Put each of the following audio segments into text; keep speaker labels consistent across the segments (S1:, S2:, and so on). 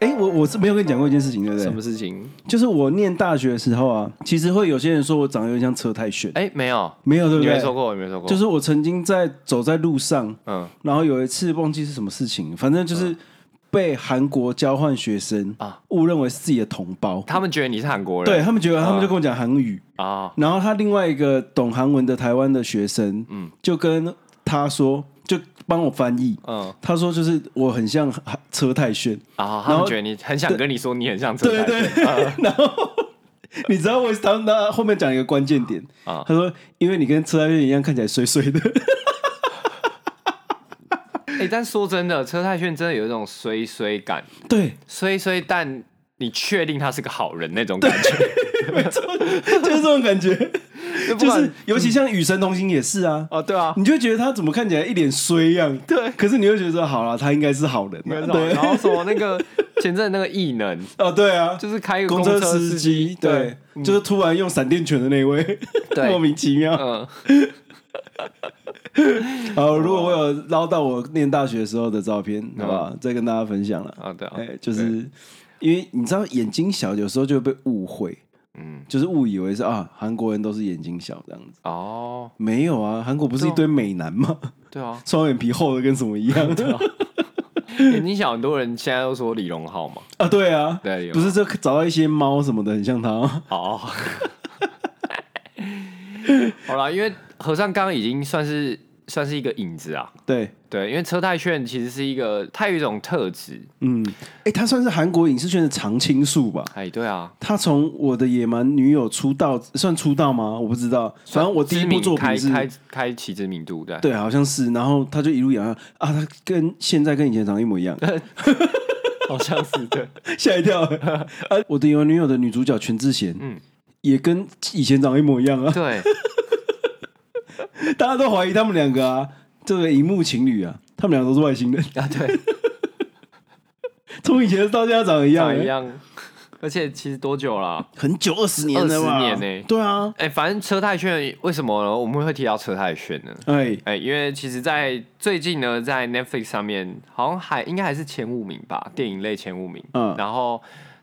S1: 哎、我我是没有跟你讲过一件事情，对不对？
S2: 什么事情？
S1: 就是我念大学的时候啊，其实会有些人说我长得有点像车太炫，
S2: 哎、没有，
S1: 没有对不
S2: 你
S1: 对？
S2: 没说过，你没说过，
S1: 就是我曾经在走在路上，
S2: 嗯
S1: 然后有一次忘记是什么事情，反正就是被韩国交换学生
S2: 啊
S1: 误认为是自己的同胞，
S2: 他们觉得你是韩国人，
S1: 对他们觉得他们就跟我讲韩语，
S2: 啊，
S1: 然后他另外一个懂韩文的台湾的学生，嗯，就跟他说，就帮我翻译。
S2: 嗯
S1: 他说：“就是我很像车太炫，
S2: 啊，他们觉得你很想跟你说你很像车
S1: 对
S2: 太
S1: 对。 然后你知道为他那后面讲一个关键点
S2: 啊
S1: 他说：“因为你跟车太炫一样看起来衰衰 的。
S2: 哎、但说真的，车太炫真的有一种衰衰感，”
S1: 对，
S2: 衰衰但你确定他是个好人那种感觉，
S1: 没错， 就是这种感 觉。
S2: 不嗯
S1: 就
S2: 管
S1: 是尤其像《与神同行》也是啊，
S2: 哦，对啊，
S1: 你就会觉得他怎么看起来一脸衰样，
S2: 对
S1: 可是你又觉得说好了，他应该是好人、啊，对
S2: 然，后什么那个前阵那个异能，
S1: 哦，对啊，
S2: 就是开一个
S1: 公
S2: 车
S1: 车司
S2: 机，
S1: 机，
S2: 对嗯
S1: 对，就是突然用闪电拳的那位，
S2: 对
S1: 莫名其妙。
S2: 嗯，
S1: 好，如果我有捞到我念大学时候的照片，好不好？再跟大家分享了。
S2: 啊嗯对啊，
S1: 哎，就是因为你知道眼睛小，有时候就会被误会，
S2: 嗯，
S1: 就是误以为是啊，韩国人都是眼睛小这样子。
S2: 哦，
S1: 没有啊，韩国不是一
S2: 对啊
S1: 堆美男吗？
S2: 对啊，
S1: 双眼皮厚的跟什么一样
S2: 哦眼睛小，很多人现在都说李荣浩嘛，
S1: 啊？对啊，
S2: 对，
S1: 不是这找到一些猫什么的很像他。
S2: 哦， 好啦，因为和尚刚刚已经算是算是一个影子啊，
S1: 对，
S2: 对，因为车太炫其实是一个，它有一种特质，
S1: 嗯，哎，他算是韩国影视圈的常青树吧？
S2: 哎，对啊，
S1: 他从我的野蛮女友出道，算出道吗？我不知道。反正我第一
S2: 知
S1: 部
S2: 名
S1: 作品
S2: 开
S1: 是，
S2: 开开启知名度，对，
S1: 对，好像是。然后他就一路演啊，啊他跟现在跟以前长得一模一 样，
S2: 好像 是对，
S1: 吓一 跳。啊，我的野蛮女友的女主角全智贤，嗯
S2: 嗯，
S1: 也跟以前长得一模一样 啊。
S2: 对，
S1: 大家都怀疑他们两个啊，这个荧幕情侣啊，他们两个都是外星人，
S2: 啊 对，
S1: 从以前到现在长得一样、欸
S2: 长一样，而且其实多久了？
S1: 很久，二十年了吧？
S2: 20年欸
S1: 对啊，
S2: 哎、反正车太炫为什么我们会提到车太炫呢？
S1: 哎，
S2: 哎、因为其实，在最近呢，在 Netflix 上面，好像还应该还是前五名吧，电影类前五名。
S1: 嗯
S2: 然后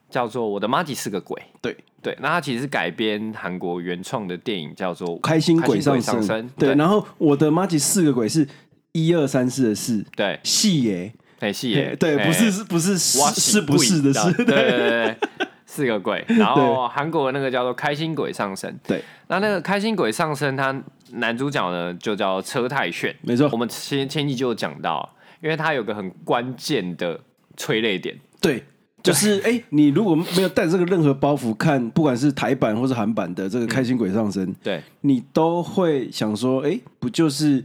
S2: 叫做《我的妈吉是个鬼》。
S1: 对
S2: 对，那它其实是改编韩国原创的电影，叫做《
S1: 开心鬼上
S2: 身
S1: 身，》。对。
S2: 对
S1: 然后我的妈吉四个鬼是一二三四的四，
S2: 对，
S1: 戏耶、
S2: 哎，戏也
S1: 对，
S2: 哎
S1: 不是是不是是
S2: 哇
S1: 是不是的
S2: 鬼
S1: 是，
S2: 对对对对，四个鬼。然后韩国的那个叫做《开心鬼上身》。
S1: 对，
S2: 那那个开心鬼上身，他男主角呢就叫车太炫。
S1: 没错
S2: 我，们前前期就有讲到，因为他有个很关键的催泪点，
S1: 对，就是哎、你如果没有带这个任何包袱看，不管是台版或是韩版的这个《开心鬼上身》
S2: 对
S1: 你都会想说，哎、不就是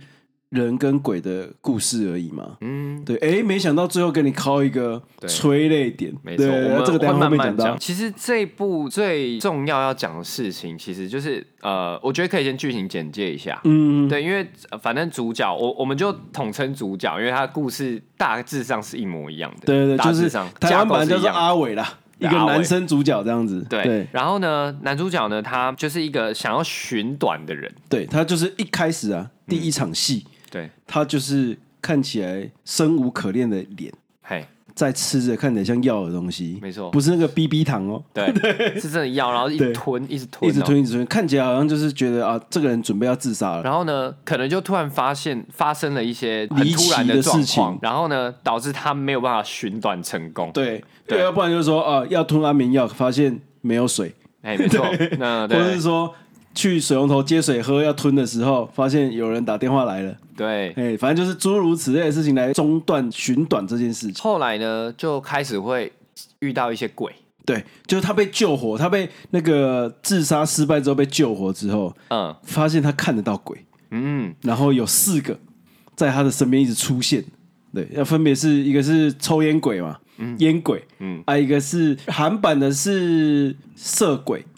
S1: 人跟鬼的故事而已吗？嗯，对，哎、没想到最后给你敲一个
S2: 对
S1: 催泪点，
S2: 没错，
S1: 对
S2: 我们
S1: 这个等一
S2: 会
S1: 下后
S2: 慢
S1: 面
S2: 慢
S1: 到
S2: 讲。，其实这一部最重要要讲的事情，其实就是呃，我觉得可以先剧情简介一下。
S1: 嗯，
S2: 对，因为、呃反正主角，我我们就统称主角，因为他的故事大致上是一模一样的，
S1: 对对对，
S2: 大
S1: 就
S2: 致
S1: 是
S2: 上
S1: 台
S2: 架
S1: 湾
S2: 构
S1: 版
S2: 是
S1: 叫
S2: 一
S1: 做
S2: 样的。
S1: 阿伟啦，一个
S2: 阿伟
S1: 男生主角这样子，
S2: 对，
S1: 对
S2: 然后呢，男主角呢，他就是一个想要寻短的人，
S1: 对，他就是一开始啊，
S2: 嗯
S1: 第一场戏。
S2: 对，
S1: 他就是看起来生无可恋的脸，
S2: 嘿，
S1: 在吃着看起来像药的东西，
S2: 没错
S1: 不是那个 BB 糖哦，
S2: 对，是真的要，然后一
S1: 对
S2: 直吞，一直吞，哦
S1: 一直吞一直吞，看起来好像就是觉得啊，这个人准备要自杀了，
S2: 然后呢，可能就突然发现发生了一些很
S1: 离奇
S2: 突然
S1: 的事
S2: 状
S1: 情
S2: 况，然后呢，导致他没有办法寻短成功。，
S1: 对，
S2: 对
S1: 对，要不然就是说啊，要吞安眠药，发现没有水，
S2: 哎，没错， 那
S1: 或者
S2: 对
S1: 是说。去水龙头接水喝，要吞的时候，发现有人打电话来了，
S2: 对。
S1: 哎、反正就是诸如此类的事情来中断寻短这件事情。
S2: 后来呢，就开始会遇到一些鬼，
S1: 对，就是他被救活，他被那个自杀失败之后被救活之后，
S2: 嗯
S1: 发现他看得到鬼，
S2: 嗯，
S1: 然后有四个在他的身边一直出现，对，要分别是一个是抽烟鬼嘛，烟鬼，嗯
S2: 嗯，
S1: 啊，一个是韩版的是色鬼，嗯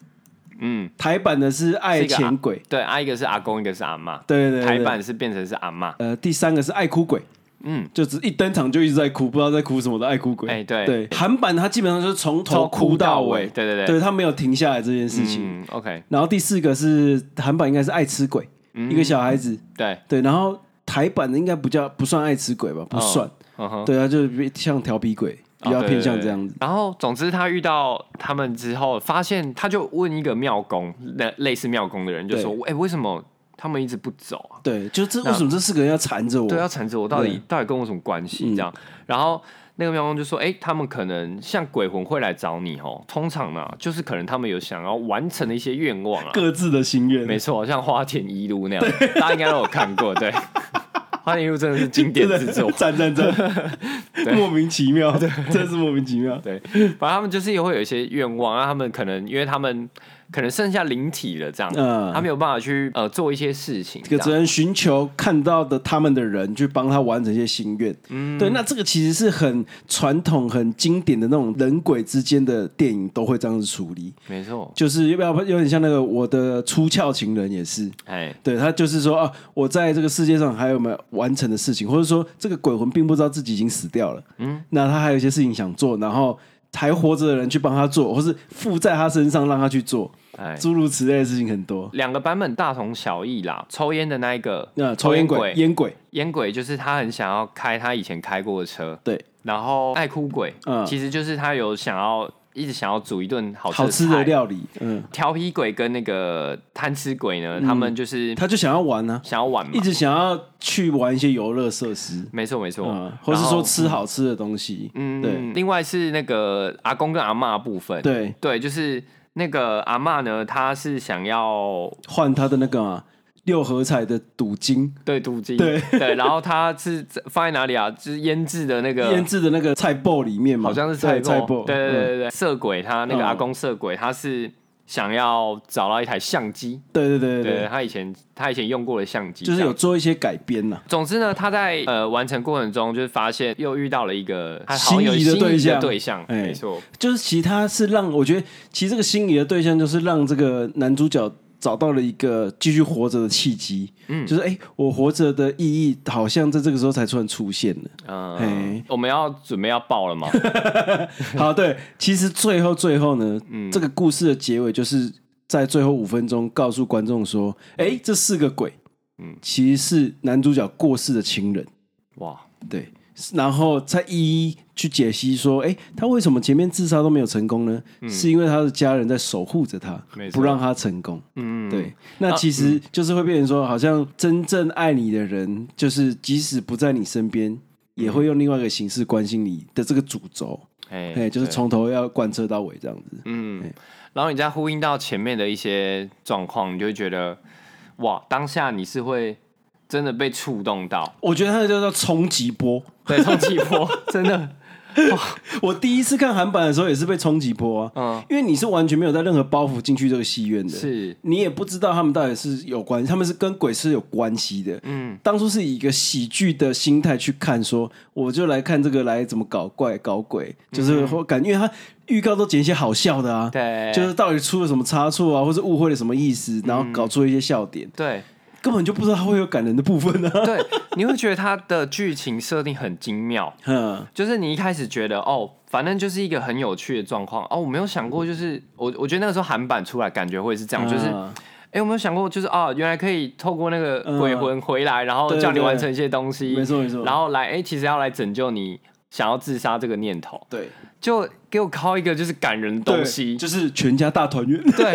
S2: 嗯，
S1: 台版的是爱
S2: 是一个
S1: 钱鬼，
S2: 对，啊，一个是阿公，一个是阿妈，
S1: 对对对对
S2: 台版是变成是阿妈，
S1: 呃，第三个是爱哭鬼，
S2: 嗯，
S1: 就只一登场就一直在哭，不知道在哭什么的爱哭鬼。
S2: 哎对
S1: 对，韩版它基本上就是从头
S2: 从
S1: 哭到尾，
S2: 对对对，
S1: 对他没有停下来这件事情。
S2: 嗯，OK，
S1: 然后第四个是韩版应该是爱吃鬼，
S2: 嗯
S1: 一个小孩子，
S2: 对，
S1: 对，然后台版的应该不叫不算爱吃鬼吧，不算，
S2: 嗯哼，
S1: 对啊，就是像调皮鬼，比
S2: 哦
S1: 较
S2: 对
S1: 偏
S2: 对
S1: 向
S2: 对
S1: 这样子。
S2: 然后，总之他遇到他们之后，发现他就问一个庙公，类类似庙公的人，就
S1: 对
S2: 说：“哎、为什么他们一直不走啊？
S1: 对，就这为什么这四个人要缠着我？
S2: 对，要缠着我，到底到底跟我什么关
S1: 嗯
S2: 系？”这样，然后那个庙公就说：“哎、他们可能像鬼魂会来找你哦，通常呢、就是可能他们有想要完成的一些愿望啊，
S1: 各自的心愿，
S2: 没错，像花田一路那样，大家应该都有看过， 对。”花田一路真的是经典
S1: 真的
S2: 之 作，
S1: 赞赞 赞，莫名其妙，真是莫名其妙。
S2: 对，反正他们就是也会有一些愿望，啊，他们可能因为他们可能剩下灵体了，这样，
S1: 嗯
S2: 他没有办法去呃做一些事情，
S1: 这
S2: 这
S1: 个只
S2: 样，
S1: 能寻求看到的他们的人去帮他完成一些心愿。嗯，对，那这个其实是很传统、很经典的那种人鬼之间的电影都会这样子处理，
S2: 没错，
S1: 就是要不要有点像那个我的出窍情人也是。
S2: 哎，
S1: 对他就是说啊，我在这个世界上还有没有完成的事情，或者说这个鬼魂并不知道自己已经死掉了，嗯，那他还有一些事情想做，然后还活着的人去帮他做，或是附在他身上让他去做，
S2: 哎，
S1: 诸如此类的事情很多。
S2: 两个版本大同小异啦。抽烟的那一个，
S1: 那嗯抽烟鬼、
S2: 鬼，
S1: 烟鬼，
S2: 烟鬼就是他很想要开他以前开过的车，
S1: 对，
S2: 然后爱哭鬼，
S1: 嗯
S2: 其实就是他有想要一直想要煮一顿好
S1: 好吃的
S2: 的菜。
S1: 料理，嗯，
S2: 调皮鬼跟那个贪吃鬼呢，他们就是
S1: 他就想要玩呢、
S2: 想要玩嘛
S1: 嗯一，直想要去玩一些游乐设施，
S2: 没错没错，
S1: 嗯，或是
S2: 然后
S1: 说吃好吃的东西，
S2: 哦嗯，
S1: 对
S2: 另外是那个阿公跟阿嬷的部分，
S1: 对，
S2: 就是那个阿嬷呢，她是想要
S1: 换他的那个、啊、六合彩的赌金，
S2: 对赌金，
S1: 对
S2: 然后她是放在哪里啊？就是腌制的那个
S1: 腌。制的那个菜包里面嘛，
S2: 好像是
S1: 对菜
S2: 包，
S1: 包，
S2: 对对
S1: 嗯
S2: 对对对，色鬼他那个
S1: 嗯
S2: 阿公色鬼，他是想要找到一台相机，
S1: 对对对对
S2: 对
S1: 对，
S2: 他以前他以前用过的相机，
S1: 就是
S2: 这
S1: 有
S2: 样。
S1: 做一些改编呐、
S2: 总之呢，他在呃完成过程中，就是发现又遇到了一个他好像
S1: 心
S2: 有
S1: 仪的
S2: 心
S1: 对象
S2: 对象，
S1: 哎
S2: 没错，
S1: 就是其他是让我觉得，其实这个心仪的对象就是让这个男主角找到了一个继续活着的契机。嗯，就是哎、诶我活着的意义好像在这个时候才突然出现了。
S2: 嗯
S1: 哎，
S2: 我们要准备要爆了吗？
S1: 好，对，其实最后最后呢，
S2: 嗯
S1: 这个故事的结尾就是在最后五分钟告诉观众说，哎、这四个鬼，嗯，其实是男主角过世的亲人。
S2: 哇，
S1: 对，然后再一一去解析说，哎，他为什么前面自杀都没有成功呢？是因为他的家人在守护着他
S2: 嗯没，错
S1: 不让他成功。
S2: 嗯，
S1: 对，那其实就是会变成说，好像真正爱你的人，就是即使不在你身边，也会用另外一个形式关心你的这个主轴，
S2: 哎
S1: 哎，就是
S2: 对
S1: 从头要贯彻到尾这样子。
S2: 嗯，然后你再呼应到前面的一些状况，你就会觉得哇，当下你是会真的被触动到，
S1: 我觉得他叫做冲击波。
S2: 对，冲击波，真的，
S1: 我第一次看韩版的时候也是被冲击波啊，
S2: 嗯，
S1: 因为你是完全没有带任何包袱进去这个戏院的，
S2: 是，
S1: 你也不知道他们到底是有关，他们是跟鬼是有关系的。
S2: 嗯，
S1: 当初是以一个喜剧的心态去看说我就来看这个来怎么搞怪搞鬼，就是我感觉因为他预告都剪一些好笑的啊，
S2: 嗯对，
S1: 就是到底出了什么差错啊，或是误会了什么意思，然后
S2: 嗯
S1: 搞出一些笑点，
S2: 对
S1: 根本就不知道他会有感人的部分啊。
S2: 对，你会觉得它的剧情设定很精妙，
S1: 嗯，
S2: 就是你一开始觉得哦，反正就是一个很有趣的状况哦，我没有想过，就是我我觉得那个时候韩版出来感觉会是这样，就是
S1: 啊
S2: 哎、有没有想过，就是啊，原来可以透过那个鬼魂回来，然后
S1: 嗯对
S2: 叫你
S1: 对
S2: 完成一些东西，
S1: 没错没错
S2: 然后来哎、其实要来拯救你想要自杀这个念头，
S1: 对
S2: 就给我靠一个就是感人的
S1: 对
S2: 东西，
S1: 就是全家大团 圆。
S2: 对。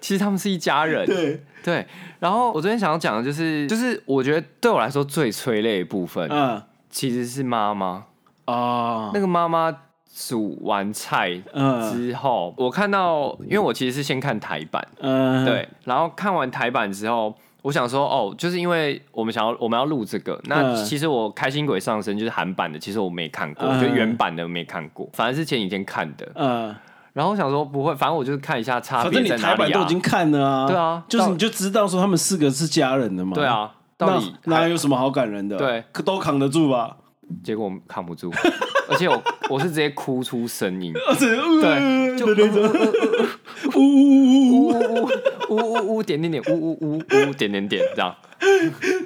S2: 其实他们是一家人，
S1: 对，
S2: 对。然后我昨天想要讲的就是，就是我觉得对我来说最催泪的部分，
S1: 嗯
S2: 其实是妈妈。
S1: 啊
S2: 那，个妈妈煮完菜
S1: 嗯
S2: 之后，我看到，因为我其实是先看台版，
S1: 嗯，
S2: 对，然后看完台版之后，我想说，哦，就是因为我们想要我们要录这个，那
S1: 嗯
S2: 其实我《开心鬼上身》就是韩版的，其实我没看过，
S1: 嗯
S2: 就原版的没看过，反正是前几天看的。
S1: 嗯。
S2: 然后我想说不会，反正我就是看一下差
S1: 反
S2: 别
S1: 正你
S2: 在
S1: 台
S2: 哪
S1: 版
S2: 里
S1: 都
S2: 啊
S1: 已。经看了啊，
S2: 对啊
S1: 就是
S2: 到
S1: 你就知道说他们四个是家人的嘛，
S2: 对，啊，到
S1: 那
S2: 底
S1: 哪有什么好感人的？
S2: 对，
S1: 都扛得住吧？
S2: 结果我扛不住，而且我我是直接哭出声音，
S1: 而且
S2: 对，就
S1: 的呃那种，
S2: 种。
S1: 呜呜呜呜，
S2: 呜呜呜呜呜呜点点点，呜呜呜呜点点点，这样。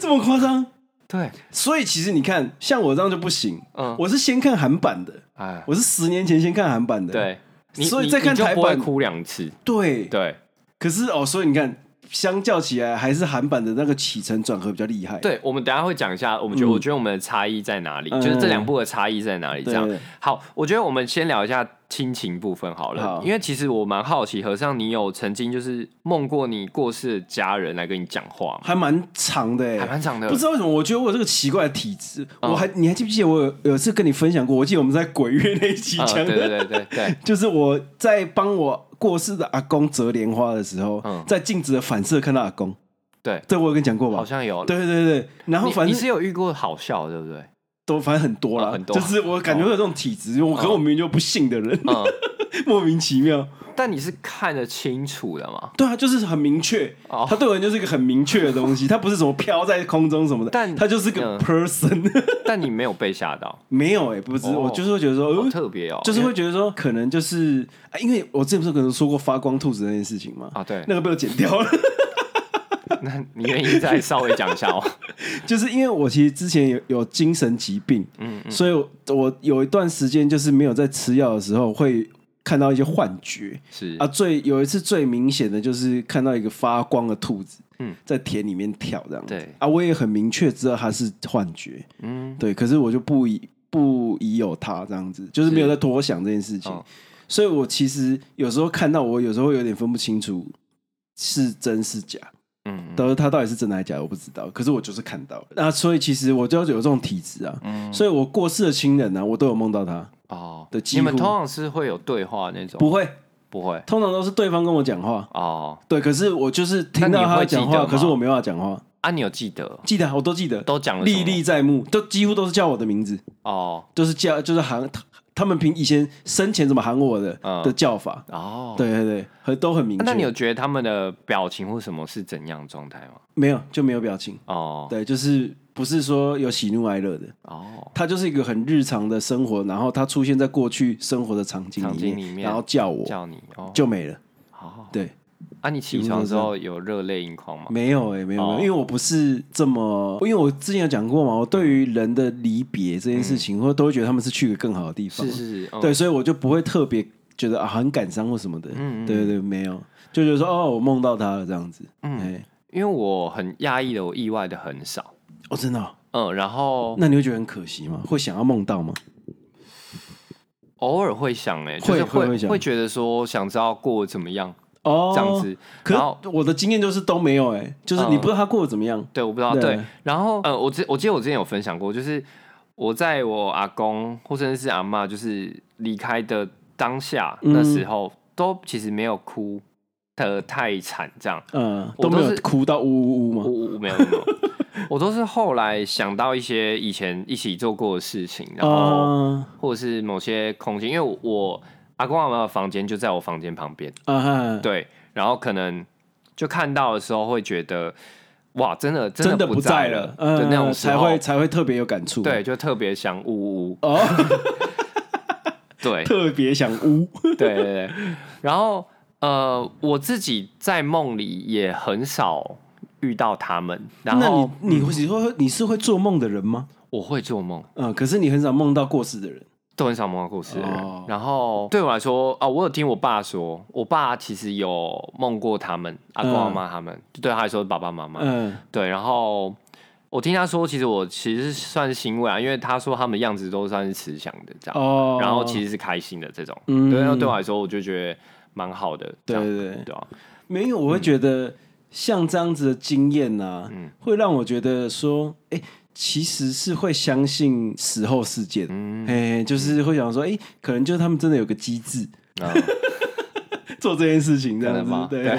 S1: 这么夸张？
S2: 对，
S1: 所以其实你看，像我这样就不行。
S2: 嗯
S1: 我是先看韩版的，
S2: 哎，
S1: 我是十年前先看韩版的。
S2: 对，你
S1: 所以
S2: 你
S1: 再看
S2: 你就
S1: 台
S2: 不会
S1: 版
S2: 哭两次，
S1: 对
S2: 对
S1: 可是哦，所以你看，相较起来，还是韩版的那个起承转合比较厉害。
S2: 对，我们等一下会讲一下，我们觉得、我觉得我们的差异在哪里，
S1: 嗯
S2: 就是这两部的差异在哪里，这
S1: 对，
S2: 样。好，我觉得我们先聊一下亲情部分好了，
S1: 好
S2: 因为其实我蛮好奇，和尚你有曾经就是梦过你过世的家人来跟你讲话吗？
S1: 还蛮长的哎、
S2: 还蛮长的，
S1: 不知道为什么，我觉得我有这个奇怪的体质。
S2: 嗯
S1: 我还你还记不记得我有有一次跟你分享过？我记得我们在鬼月那一期
S2: 嗯
S1: 讲的，
S2: 对对对对对，
S1: 就是我在帮我过世的阿公折莲花的时候，
S2: 嗯
S1: 在镜子的反射看到阿公。
S2: 对
S1: 这我有跟你讲过吧？
S2: 好像有。
S1: 对对对，然后
S2: 你
S1: 反
S2: 你
S1: 正
S2: 是有遇过好笑，对不对？
S1: 都反正很多啦，
S2: 哦很多
S1: 就是我感觉会有这种体质，我可能我明明就不信的人，
S2: 嗯，
S1: 莫名其妙。
S2: 但你是看得清楚的嘛？
S1: 对啊，就是很明确，
S2: 哦
S1: 他对我就是一个很明确的 东西，他不是什么飘在空中什么的，
S2: 但
S1: 他就是个
S2: 嗯
S1: person，
S2: 但你没有被吓到，
S1: 没有哎、不是，
S2: 哦
S1: 我就是会觉得说，
S2: 好
S1: 呃
S2: 特别哦，
S1: 就是
S2: 因
S1: 会
S2: 为
S1: 觉得说，可能就是、啊因为我之前不是可能说过发光兔子那件事情嘛，
S2: 啊，对，
S1: 那个被我剪掉了，
S2: 那你愿意再稍微讲 一下哦？
S1: 就是因为我其实之前有有精神疾病，
S2: 嗯嗯，
S1: 所以我我有一段时间就是没有在吃药的时候会看到一些幻觉
S2: 是
S1: 啊，最有一次最明显的就是看到一个发光的兔子，
S2: 嗯
S1: 在田里面跳这样子，
S2: 对
S1: 啊，我也很明确知道它是幻觉，
S2: 嗯
S1: 对，可是我就不疑不疑有它这样子，就是没有在多想这件事情，
S2: 嗯
S1: 所以我其实有时候看到我有时候会有点分不清楚是真是假，
S2: 嗯嗯
S1: 但是它到底是真的还是假的我不知道，可是我就是看到了，那所以其实我就有这种体质啊，
S2: 嗯，
S1: 所以我过世的亲人呢、啊，我都有梦到他，
S2: 哦
S1: 对，几
S2: 你们
S1: 乎
S2: 通常是会有对话那种，
S1: 不会，
S2: 不会
S1: 通常都是对方跟我讲话。
S2: 哦
S1: 对，可是我就是听
S2: 那
S1: 到
S2: 你
S1: 他
S2: 会
S1: 讲
S2: 记得
S1: 话，
S2: 吗
S1: 可是我没办法讲话。
S2: 啊，你有记得啊
S1: 记得，我都记得，
S2: 都讲了什么
S1: 历历在目，都几乎都是叫我的名字，
S2: 哦
S1: 就是叫就是喊他他们凭以前生前怎么喊我的、
S2: 嗯
S1: 的叫法，
S2: 哦，啊
S1: 对对对，很都很明确。
S2: 那你有觉得他们的表情或什么是怎样的状态吗？
S1: 没有就没有表情？
S2: 哦
S1: 对，就是不是说有喜怒哀乐的，
S2: 哦，
S1: 它就是一个很日常的生活，然后它出现在过去生活的场景
S2: 场
S1: 里
S2: 景
S1: 面，
S2: 里面
S1: 然后叫我
S2: 叫你哦，
S1: 就没了。
S2: 好
S1: 对，
S2: 啊，你起床之后有热泪盈眶吗？
S1: 没有哎、没有没有，
S2: 哦
S1: 因为我不是这么，因为我之前有讲过嘛，我对于人的离别这件事情，我都会觉得他们是去个更好的地方
S2: 嗯是。是是，嗯
S1: 对，所以我就不会特别觉得啊很感伤或什么的。
S2: 嗯嗯
S1: 对对对，没有，就觉得说哦，我梦到他了这样子。嗯，哎、
S2: 因为我很压抑的，我意外的很少，
S1: 哦，真的哦、
S2: 嗯，然后
S1: 那你会觉得很可惜吗？会想要梦到吗？
S2: 偶尔会想哎，就
S1: 会
S2: 是
S1: 会会
S2: 会
S1: 想
S2: 会觉得说想知道过得怎么样
S1: 哦，
S2: 这样。子，
S1: 可
S2: 然后
S1: 是我的经验就是都没有、哎，就是你
S2: 嗯
S1: 不知道他过得怎么样。
S2: 对，我不知道。
S1: 对嗯
S2: 对，然后呃，我之我记得我之前有分享过，就是我在我阿公或甚至是阿嬷，就是离开的当下
S1: 嗯
S2: 那时候，都其实没有哭的太惨，这样。
S1: 嗯，
S2: 我
S1: 都没
S2: 都
S1: 有
S2: 是
S1: 哭到呜呜呜
S2: 我
S1: 吗？
S2: 我我没有没有， 我都是后来想到一些以前一起做过的事情，然后
S1: 啊
S2: 或者是某些空间，因为我我阿公阿嬷的房间就在我房间旁边，
S1: 啊哈，
S2: 对，然后可能就看到的时候会觉得。哇，真的
S1: 真
S2: 的
S1: 不
S2: 不
S1: 在
S2: 了
S1: 嗯
S2: 的那种时
S1: 才
S2: 候，
S1: 会才会特别有感触。
S2: 对，，就特别想呜呜。
S1: 哦，
S2: 对
S1: 特别想呜。
S2: 对对对。然后呃，我自己在梦里也很少遇到他们， 然
S1: 那
S2: 后嗯
S1: 你你会你会你是会做梦的人吗？
S2: 我会做梦，
S1: 嗯，可是你很少梦到过世的人。
S2: 都很少梦到故事的人。
S1: 哦
S2: 然后对我来说，啊、我有听我爸说，我爸其实有梦过他们，阿公阿妈他们，就对他来说是爸爸妈妈。
S1: 嗯，
S2: 对，然后。我听他说，其实我其实算是欣慰啊，因为他说他们的样子都算是慈祥的这样，
S1: 哦，
S2: 然后其实是开心的这种，
S1: 嗯
S2: 对，那对我来说我就觉得蛮好的，这
S1: 对
S2: 样
S1: 对对，
S2: 对啊，
S1: 没有，我会觉得像这样子的经验呐、
S2: 嗯
S1: 会让我觉得说，哎、其实是会相信死后世界的，
S2: 嗯
S1: 哎、就是会想说，哎、可能就是他们真的有个机制
S2: 啊，
S1: 做这件事情，这
S2: 真
S1: 样
S2: 的
S1: 子
S2: 吗，？
S1: 对，，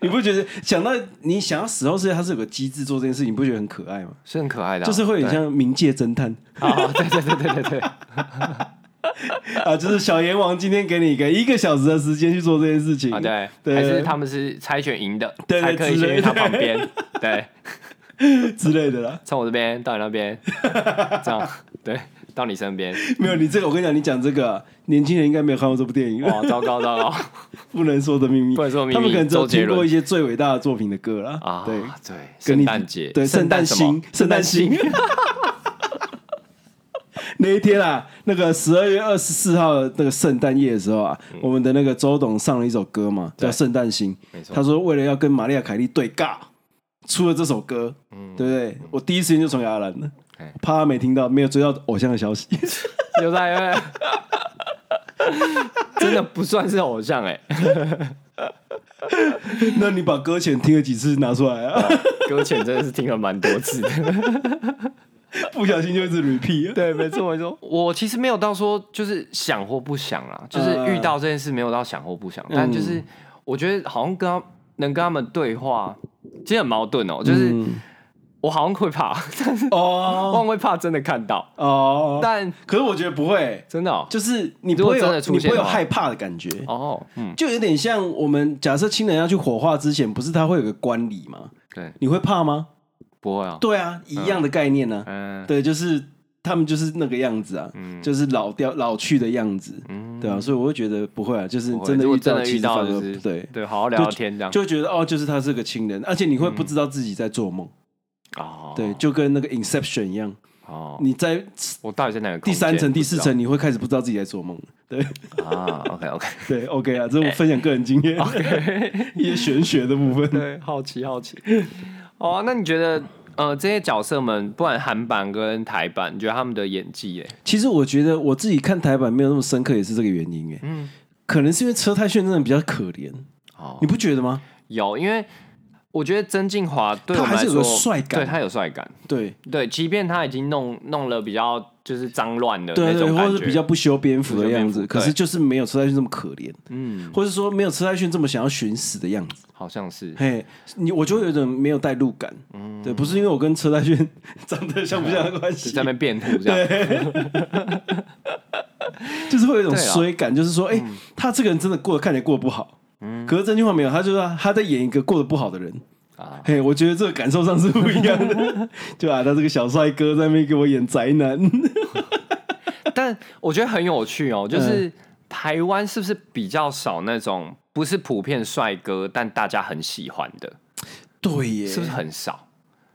S1: 你不觉得想到你想要死后世界，它是有个机制做这件事情，你不觉得很可爱吗？
S2: 是很可爱的啊，
S1: 就是会很像冥界侦探
S2: 对啊，对对对对对对，
S1: 啊，就是小阎王今天给你一个一个小时的时间去做这件事情
S2: 啊对，
S1: 对
S2: 还是他们是猜拳赢的，
S1: 对对
S2: 才可以
S1: 之
S2: 先
S1: 类
S2: 去他
S1: 的
S2: 旁边， 对，
S1: 之类的啦。
S2: 从我这边到你那边，这样，对，到你身边。
S1: 没有你这个，我跟你讲，你讲这个啊、年轻人应该没有看过这部电影，
S2: 哇，糟糕糟 糕
S1: 不能说的秘密
S2: 不能说的秘密
S1: 他们可能只有
S2: 周杰
S1: 听过
S2: 伦
S1: 一些最伟大的作品的歌啦。
S2: 啊！
S1: 对，
S2: 对，
S1: 跟
S2: 圣
S1: 你
S2: 诞节，
S1: 对圣诞
S2: 什么
S1: 星，圣诞星。 那一天啊，那个十二月二十四号的那个圣诞夜的时候啊，我们的那个周董上了一首歌嘛，叫
S2: 嗯对
S1: 《圣诞星》
S2: 没。错
S1: 他说为了要跟玛丽亚凯莉对尬，出了这首歌，对不对？我第一时间就传给阿兰了
S2: 嗯哎，
S1: 怕他没听到，没有追到偶像的消 息。
S2: 有在有在， 真的不算是偶像 哎、
S1: 那你把搁浅听了几次拿出来啊？
S2: 搁浅真的是听了蛮多次的。
S1: 不小心就一直 repeat 了。
S2: 对，没错没错。我其实没有到说就是想或不想啊，就是
S1: 嗯
S2: 遇到这件事没有到想或不想，但就是我觉得好像跟他能跟他们对话，其实很矛盾哦，就是我好像会怕， 但是我好
S1: 嗯哦
S2: 像会怕真的看到，
S1: 哦，
S2: 但
S1: 可是我觉得不会，
S2: 真的哦
S1: 就是你不会
S2: 如果真
S1: 有
S2: 的出
S1: 你
S2: 现
S1: 不会有
S2: 的话
S1: 害怕的感觉。
S2: 哦，嗯，
S1: 就有点像我们假设亲人要去火化之前，不是他会有个观礼吗？
S2: 对，
S1: 你会怕吗？
S2: 不会啊，
S1: 对啊，一样的概念呢、啊。
S2: 嗯
S1: 对，就是他们就是那个样子啊，就是老掉老去的样子，
S2: 嗯，
S1: 对啊，所以我会觉得不会啊，就是
S2: 不会
S1: 真的
S2: 如果
S1: 遇
S2: 真
S1: 到
S2: 的
S1: 其
S2: 遇
S1: 实反
S2: 到
S1: 而
S2: 就是
S1: 对，
S2: 对，好好聊聊天这样，
S1: 就会觉得哦，就是他是个亲人，而且你会不知道自己在做梦，
S2: 嗯哦，
S1: 对，就跟那个 Inception 一样，
S2: 哦，
S1: 你在
S2: 我到底在哪个空
S1: 第三
S2: 间
S1: 层、第
S2: 不知
S1: 四
S2: 道
S1: 层，你会开始不知道自己在做梦了，对。
S2: 啊？OK OK，
S1: 对，OK 啊，这是我分享个人 经验，一些玄学的部分。
S2: 对，好奇好奇。哦、那你觉得呃，这些角色们，不管韩版跟台版，你觉得他们的演技欸耶？
S1: 其实我觉得我自己看台版没有那么深刻，也是这个原因哎。
S2: 嗯
S1: 可能是因为车太炫真的比较可怜，
S2: 哦
S1: 你，不觉得吗？
S2: 有，因为我觉得曾静华对
S1: 他
S2: 我们
S1: 还
S2: 来
S1: 是有
S2: 说，
S1: 个帅感
S2: 对他有帅感，
S1: 对
S2: 对，即便他已经弄弄了比较就是脏乱的
S1: 对
S2: 那
S1: 对，
S2: 种
S1: 或
S2: 感
S1: 者
S2: 觉，
S1: 是比较不修边幅的样
S2: 不修边
S1: 子，
S2: 幅
S1: 可是
S2: 对
S1: 就是没有车太炫这么可怜，
S2: 嗯，
S1: 或是说没有车太炫这么想要寻死的样子。
S2: 好像是
S1: 嘿，你我就会有点没有代入感。
S2: 嗯
S1: 对，不是因为我跟车太炫 长得像不像的关
S2: 就
S1: 系
S2: 在，那边辩护这样，
S1: 就是会有一种
S2: 对啊
S1: 衰感，就是说，哎，他这个人真的过得看起来过得不好。
S2: 嗯
S1: 可是真心话没有，他就是他在演一个过得不好的人。
S2: 啊，
S1: 嘿，我觉得这个感受上是不一样的。 就啊，他这个小帅哥在那边给我演宅男，
S2: 但我觉得很有趣
S1: 嗯
S2: 哦，就是台湾是不是比较少那种不是普遍帅哥，但大家很喜欢的，
S1: 对耶，
S2: 是不是很少？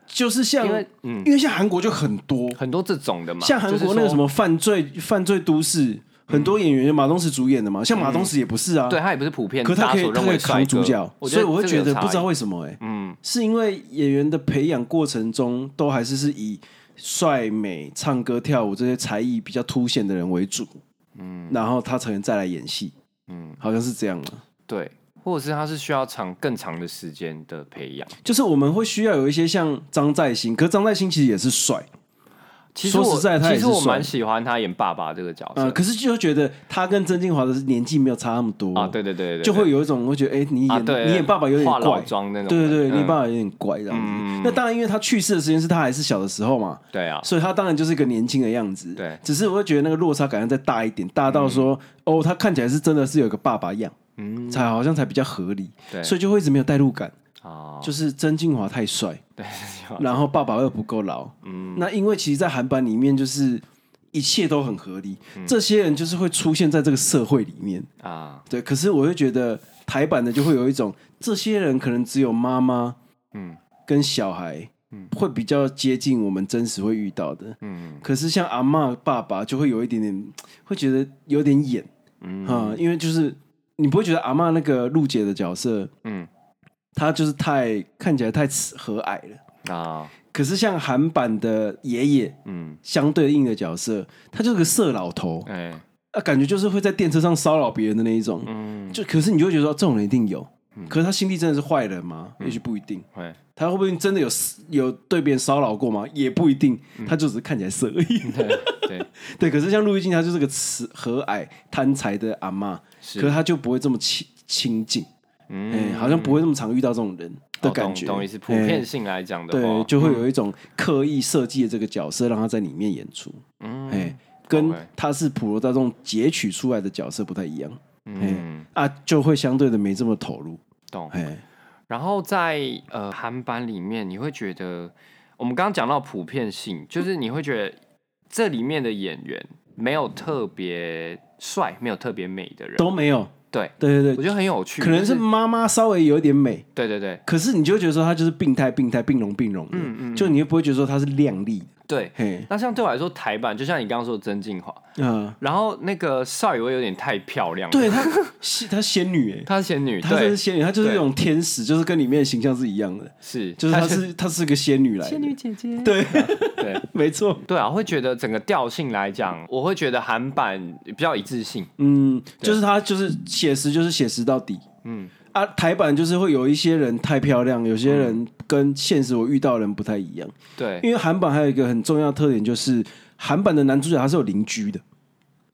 S1: 就是像
S2: 因为嗯
S1: 因为像韩国就很多，
S2: 很多这种的嘛，
S1: 像韩
S2: 就是
S1: 国
S2: 说
S1: 那个什，么犯罪犯罪都市，很多演员马东石主演的嘛，像马东石也不是啊，
S2: 对，他也不是普遍
S1: 可他
S2: 大
S1: 可
S2: 家
S1: 以
S2: 所
S1: 他
S2: 认
S1: 可以
S2: 为帅
S1: 扛
S2: 哥
S1: 主角，所以我会
S2: 这个
S1: 觉
S2: 有
S1: 得
S2: 差
S1: 不知道
S2: 异
S1: 为什么哎，
S2: 嗯
S1: 是因为演员的培养过程中都还是是以帅美、唱歌、跳舞这些才艺比较凸显的人为主，嗯，然后他才能再来演戏，
S2: 嗯
S1: 好像是这样啊。
S2: 对，或者是他是需要长更长的时间的培养。
S1: 就是我们会需要有一些像张在兴，可是张在兴其实也是帅，
S2: 其实
S1: 说
S2: 我
S1: 实在他也
S2: 其
S1: 是
S2: 实我
S1: 帅
S2: 蛮喜欢他演爸爸这个角色
S1: 呃，可是就觉得他跟曾静华的年纪没有差那么多
S2: 啊，对对对对，对
S1: 就会有一种会觉得，哎、你演、
S2: 啊对，
S1: 你演爸爸有点
S2: 化老
S1: 怪，
S2: 妆那种
S1: 对
S2: 的，
S1: 对对，你
S2: 嗯
S1: 爸爸有点怪这样子。
S2: 嗯
S1: 那当然，因为他去世的时间是他还是小的时候嘛，
S2: 对啊，
S1: 所以他当然就是一个年轻的样子。
S2: 对
S1: 只是我会觉得那个落差感要再大一点，大到说，哦，他看起来是真的是有个爸爸样，
S2: 嗯
S1: 才好像才比较合理，
S2: 对，
S1: 所以就会一直没有代入感。
S2: 啊，
S1: 就是曾静华太帅，
S2: 对，
S1: 然后爸爸又不够老，嗯，那因为其实，在韩版里面就是一切都很合理，
S2: 嗯
S1: 这些人就是会出现在这个社会里面，
S2: 啊，
S1: 对。可是我会觉得台版的就会有一种，这些人可能只有妈妈
S2: 嗯
S1: 跟小孩，嗯，会比较接近我们真实会遇到的。
S2: 嗯
S1: 可是像阿嬷爸爸就会有一点点，会觉得有点演
S2: 嗯
S1: 啊、因为就是你不会觉得阿嬷那个陆姐的角色，
S2: 嗯
S1: 她就是太看起来太和蔼了。
S2: 啊，
S1: 可是像韩版的爷爷
S2: 嗯，
S1: 相对应的角色，他就是个色老头，
S2: 哎，
S1: 啊，感觉就是会在电车上骚扰别人的那一种。
S2: 嗯，
S1: 就可是你就会觉得说这种人一定有，可是他心地真的是坏人吗？
S2: 嗯
S1: 也许不一定。
S2: 会
S1: 他会不会真的有有对别人骚扰过吗？也不一定，
S2: 嗯
S1: 他就只是看起来色而已。
S2: 对，
S1: 对，可是像陆玉静，她就是个慈和蔼贪财的阿嬷，可是
S2: 是，
S1: 她就不会这么亲亲近，哎、
S2: 嗯，
S1: 好像不会这么常遇到这种人的
S2: 哦
S1: 感
S2: 懂
S1: 觉。
S2: 懂意思，普嗯
S1: 哎
S2: 遍性来讲的话
S1: 对，，就会有一种刻意设计的这个角色，让他在里面演出。
S2: 嗯
S1: 哎、跟
S2: OK
S1: 他是普罗大众截取出来的角色不太一样
S2: 嗯。
S1: 啊，就会相对的没这么投入。
S2: 懂
S1: 哎、
S2: 然后在呃韩版里面，你会觉得我们刚刚讲到普遍性，就是你会觉得这里面的演员没有特别帅，没有特别美的人，
S1: 都没有。
S2: 对，
S1: 对对
S2: 我
S1: 对，
S2: 觉得很有趣，
S1: 可能
S2: 就是
S1: 妈妈稍微有一点美，
S2: 对对对
S1: 可是你就会觉得说她就是病态、病态、病容、病容的，嗯嗯，就你又不会觉得说她是靓丽的，
S2: 对。
S1: 嘿，
S2: 那像对我来说，台版就像你刚刚说的曾静华，
S1: 嗯，
S2: 然后那个邵雨薇有点太漂亮了，
S1: 对她是她仙女哎、
S2: 她是仙女，
S1: 她真
S2: 对
S1: 是，仙女，她就是那
S2: 对
S1: 种天使，就是跟里面的形象是一样的，
S2: 是，
S1: 就是她
S2: 她
S1: 是她是个仙女来的，
S2: 姐姐，
S1: 对，
S2: 对
S1: 没错，
S2: 对啊，会觉得整个调性来讲，我会觉得韩版比较一致性，
S1: 嗯，就是她就是写实，就是写实到底，嗯啊，台版就是会有一些人太漂亮，有些人跟现实我遇到的人不太一样，
S2: 对，
S1: 因为韩版还有一个很重要的特点就是韩版的男主角他是有邻居的，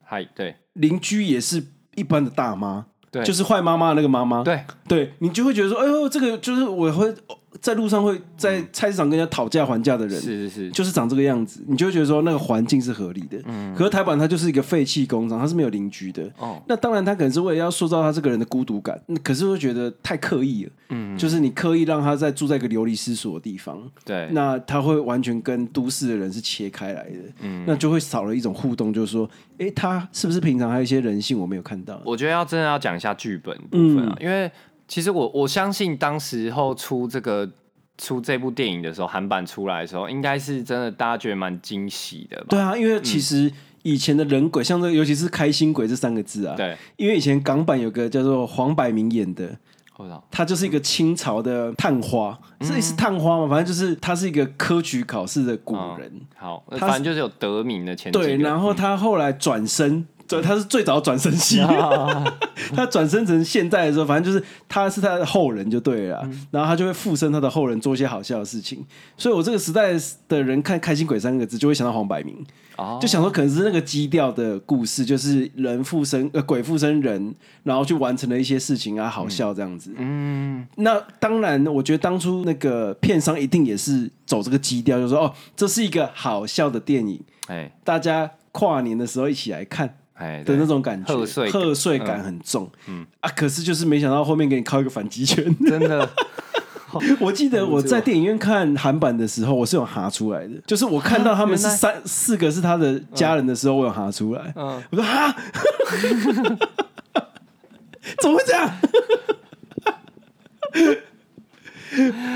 S2: 还对
S1: 邻居也是一般的大妈。
S2: 对，
S1: 就是是坏妈妈的那个妈妈，
S2: 对
S1: 对你就会觉得说，哎呦，这个就是我会在路上会在菜市场跟人家讨价还价的人，
S2: 嗯是是是，
S1: 就是长这个样子，你就会觉得说那个环境是合理的。嗯，可是台版它就是一个废弃工厂，它是没有邻居的。
S2: 哦，
S1: 那当然，他可能是为了要塑造他这个人的孤独感，嗯可是会觉得太刻意了。嗯，就是你刻意让他在住在一个流离失所的地方，
S2: 对
S1: 那他会完全跟都市的人是切开来的。嗯，那就会少了一种互动，就是说，哎、他是不是平常还有一些人性我没有看到？
S2: 我觉得要真的要讲一下剧本部分
S1: 嗯
S2: 啊，因为其实我我相信当时候出这个出这部电影的时候，韩版出来的时候，应该是真的大家觉得蛮惊喜的吧？
S1: 对啊，因为其实以前的人鬼，像这个，尤其是“开心鬼”这三个字啊，
S2: 对，
S1: 因为以前港版有个叫做黄百鸣演的，
S2: 我操，
S1: 他就是一个清朝的探花，是
S2: 嗯
S1: 是探花嘛，反正就是他是一个科举考试的古人，
S2: 好，
S1: 他是
S2: 反正就是有得名的前几
S1: 对，
S2: 哦个嗯
S1: 然后他后来转身。对，他是最早转身系， 他转身成现在的时候，反正就是他是他的后人就对了啊、然后他就会附身他的后人做一些好笑的事情，所以我这个时代的人看“开心鬼”三个字就会想到黄百鸣，
S2: 哦
S1: 就想说可能是那个基调的故事，就是人附身呃鬼附身人，然后去完成了一些事情啊，好笑这样子。嗯，那当然，我觉得当初那个片商一定也是走这个基调，就说哦，这是一个好笑的电影，
S2: 哎
S1: 大家跨年的时候一起来看。
S2: 哎
S1: 的
S2: 对
S1: 那种感觉，
S2: 贺岁感
S1: 贺岁感很重，嗯啊，可是就是没想到后面给你靠一个反击拳。
S2: 真的
S1: 我记得我在电影院看韩版的时候，我是有哈出来的，就是我看到他们是
S2: 啊原来
S1: 三四个是他的家人的时候，我有哈出来，
S2: 嗯
S1: 我说哈， 怎么会这样？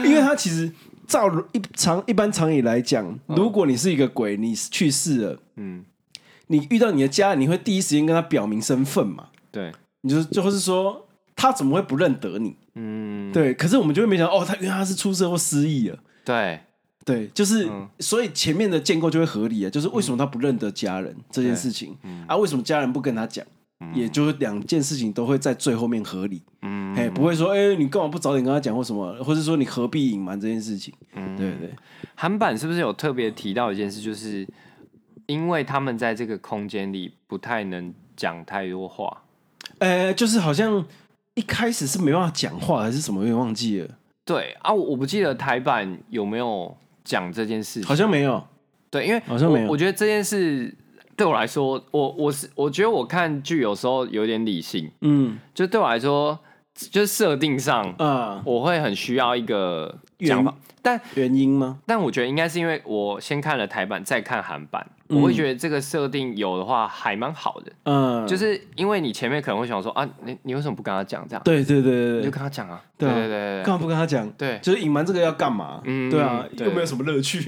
S1: 因为他其实照一常一般常理来讲，如果你是一个鬼，你去世了，
S2: 嗯
S1: 你遇到你的家人，你会第一时间跟他表明身份嘛？
S2: 对
S1: 你就就会是说他怎么会不认得你？
S2: 嗯
S1: 对，可是我们就会没想到哦，他原来他是出车祸失忆了。
S2: 对
S1: 对，就是、
S2: 嗯
S1: 所以前面的建构就会合理啊，就是为什么他不认得家人、
S2: 嗯
S1: 这件事情、啊，为什么家人不跟他讲，也就是两件事情都会在最后面合理，
S2: 嗯
S1: 哎、不会说哎、你干嘛不早点跟他讲或什么，或者说你何必隐瞒这件事情，
S2: 嗯
S1: 对对对，
S2: 韩版是不是有特别提到一件事，就是因为他们在这个空间里不太能讲太多话，
S1: 呃，就是好像一开始是没办法讲话还是什么，有点忘记了，
S2: 对啊，我我不记得台版有没有讲这件事情，
S1: 好像没有，
S2: 对，因为
S1: 好像没有
S2: 我我觉得这件事对我来说，我我是我觉得我看剧有时候有点理性，
S1: 嗯
S2: 就对我来说，就是设定上
S1: 啊，
S2: 我会很需要一个
S1: 原
S2: 讲法，但
S1: 原因吗？
S2: 但我觉得应该是因为我先看了台版，再看韩版，我会觉得这个设定有的话还蛮好的，
S1: 嗯，
S2: 就是因为你前面可能会想说啊，你你为什么不跟他讲这样？
S1: 对对对
S2: 你
S1: 对
S2: 就
S1: 对，
S2: 跟他讲啊，
S1: 对
S2: 对
S1: 啊
S2: 对对
S1: 干
S2: 对
S1: 嘛不跟他讲？
S2: 对
S1: 就是隐瞒这个要干嘛？
S2: 嗯
S1: 对啊，
S2: 对
S1: 又没有什么乐趣，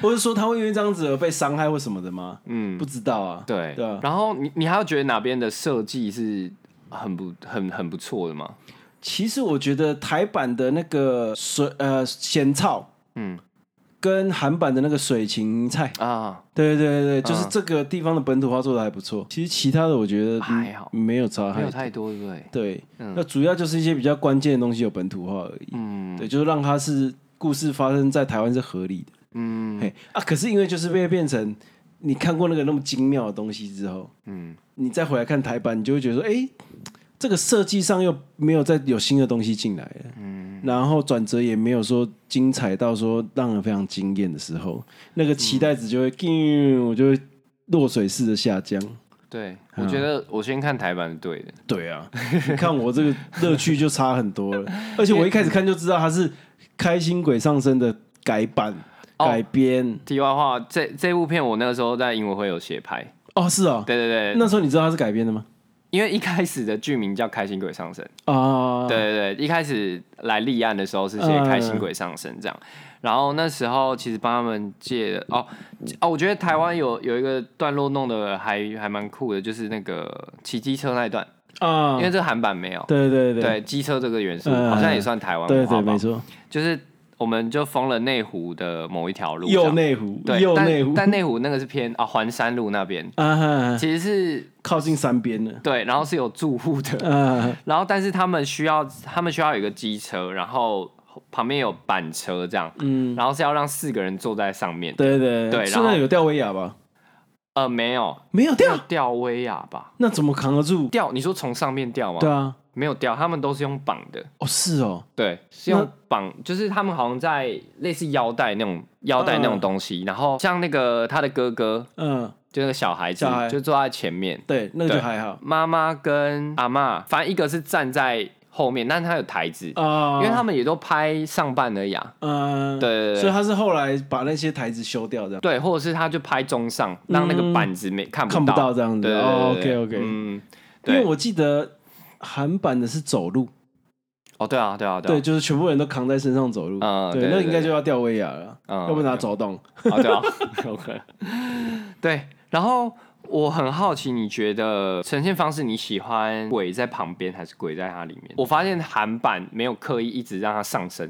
S1: 或者说他会因为这样子而被伤害或什么的吗？
S2: 嗯
S1: 不，知道啊，
S2: 对
S1: 对啊。
S2: 然后你你还要觉得哪边的设计是很不很很不错的吗？
S1: 其实我觉得台版的那个水呃咸草
S2: 嗯
S1: 跟韩版的那个水芹菜，
S2: 啊，
S1: 对对对对，就是
S2: 嗯
S1: 这个地方的本土化做的还不错。其实其他的我觉得嗯
S2: 还好
S1: 没有差
S2: 没有
S1: 太
S2: 太多，对不对？
S1: 对。
S2: 嗯
S1: 那主要就是一些比较关键的东西有本土化而已。
S2: 嗯
S1: 对，就是让它是故事发生在台湾是合理的。
S2: 嗯
S1: 嘿啊，可是因为就是被变成你看过那个那么精妙的东西之后，
S2: 嗯，
S1: 你再回来看台版，你就会觉得说，哎、这个设计上又没有再有新的东西进来了，嗯，然后转折也没有说精彩到说让人非常惊艳的时候，那个期待值就会，我就会落水式的下降。
S2: 对，我觉得我先看台版是对的，
S1: 对啊，你看我这个乐趣就 差很多了，而且我一开始看就知道它是开心鬼上身的改版，
S2: 哦
S1: 改编
S2: 题外话，这这部片我那个时候在英文会有写拍，
S1: 哦，是哦。
S2: 对对对，
S1: 那时候你知道它是改编的吗？
S2: 因为一开始的剧名叫《开心鬼上身》，
S1: 啊，
S2: 对对对，一开始来立案的时候是写《开心鬼上身》这样，然后那时候其实帮他们借的哦哦，我觉得台湾有有一个段落弄得还还蛮酷的，就是那个骑机车那一段，
S1: 啊
S2: 因，为这个韩版没有，
S1: 对对对
S2: 对机车这个元素
S1: 嗯
S2: 好像也算台湾
S1: 对
S2: 文
S1: 对，
S2: 化吧
S1: 没，错，
S2: 就是我们就封了内湖的某一条路这样，
S1: 右内湖，
S2: 对，
S1: 右
S2: 但
S1: 内湖，
S2: 但内湖那个是偏啊环山路那边，
S1: 啊哈，哈
S2: 其实是
S1: 靠近山边的，
S2: 对，然后是有住户的，
S1: 啊，
S2: 然后但是他们需要他们需要有一个机车，然后旁边有板车这样，
S1: 嗯，
S2: 然后是要让四个人坐在上面。
S1: 对对
S2: 对然后
S1: 现在有吊威亚吧？
S2: 呃，没有
S1: 没有
S2: 要
S1: 吊，
S2: 吊威亚吧？
S1: 那怎么扛得住？
S2: 吊你说从上面吊吗？
S1: 对啊，
S2: 没有吊，他们都是用绑的，
S1: 哦是哦，
S2: 对，是用绑，就是他们好像在类似腰带那种腰带那种东西，然后像那个他的哥哥，
S1: 嗯，
S2: 就那个小孩子
S1: 小孩
S2: 就坐在前面，
S1: 对，那个就
S2: 对
S1: 还好
S2: 妈妈跟阿嬷，反正一个是站在后面，但是他有台子，
S1: 啊，
S2: 因为他们也都拍上半而已啊。
S1: 嗯，
S2: 对对对
S1: 所以他是后来把那些台子修掉这样，
S2: 对，或者是他就拍中上，让那个板子没、看不
S1: 嗯看不到这样子。
S2: 对对
S1: 哦
S2: 对对
S1: ，OK OK，
S2: 嗯，
S1: 因为
S2: 对，
S1: 我记得韩版的是走路，
S2: 哦，对啊，对啊，
S1: 对，
S2: 啊，
S1: 就是全部人都扛在身上走路，
S2: 嗯
S1: 对，
S2: 对对
S1: 那
S2: 对
S1: 应该就要吊威亚了，
S2: 嗯
S1: 要不然他走动。
S2: 哦，对啊，OK，对，然后。我很好奇，你觉得呈现方式你喜欢鬼在旁边还是鬼在它里面？我发现韩版没有刻意一直让它上升，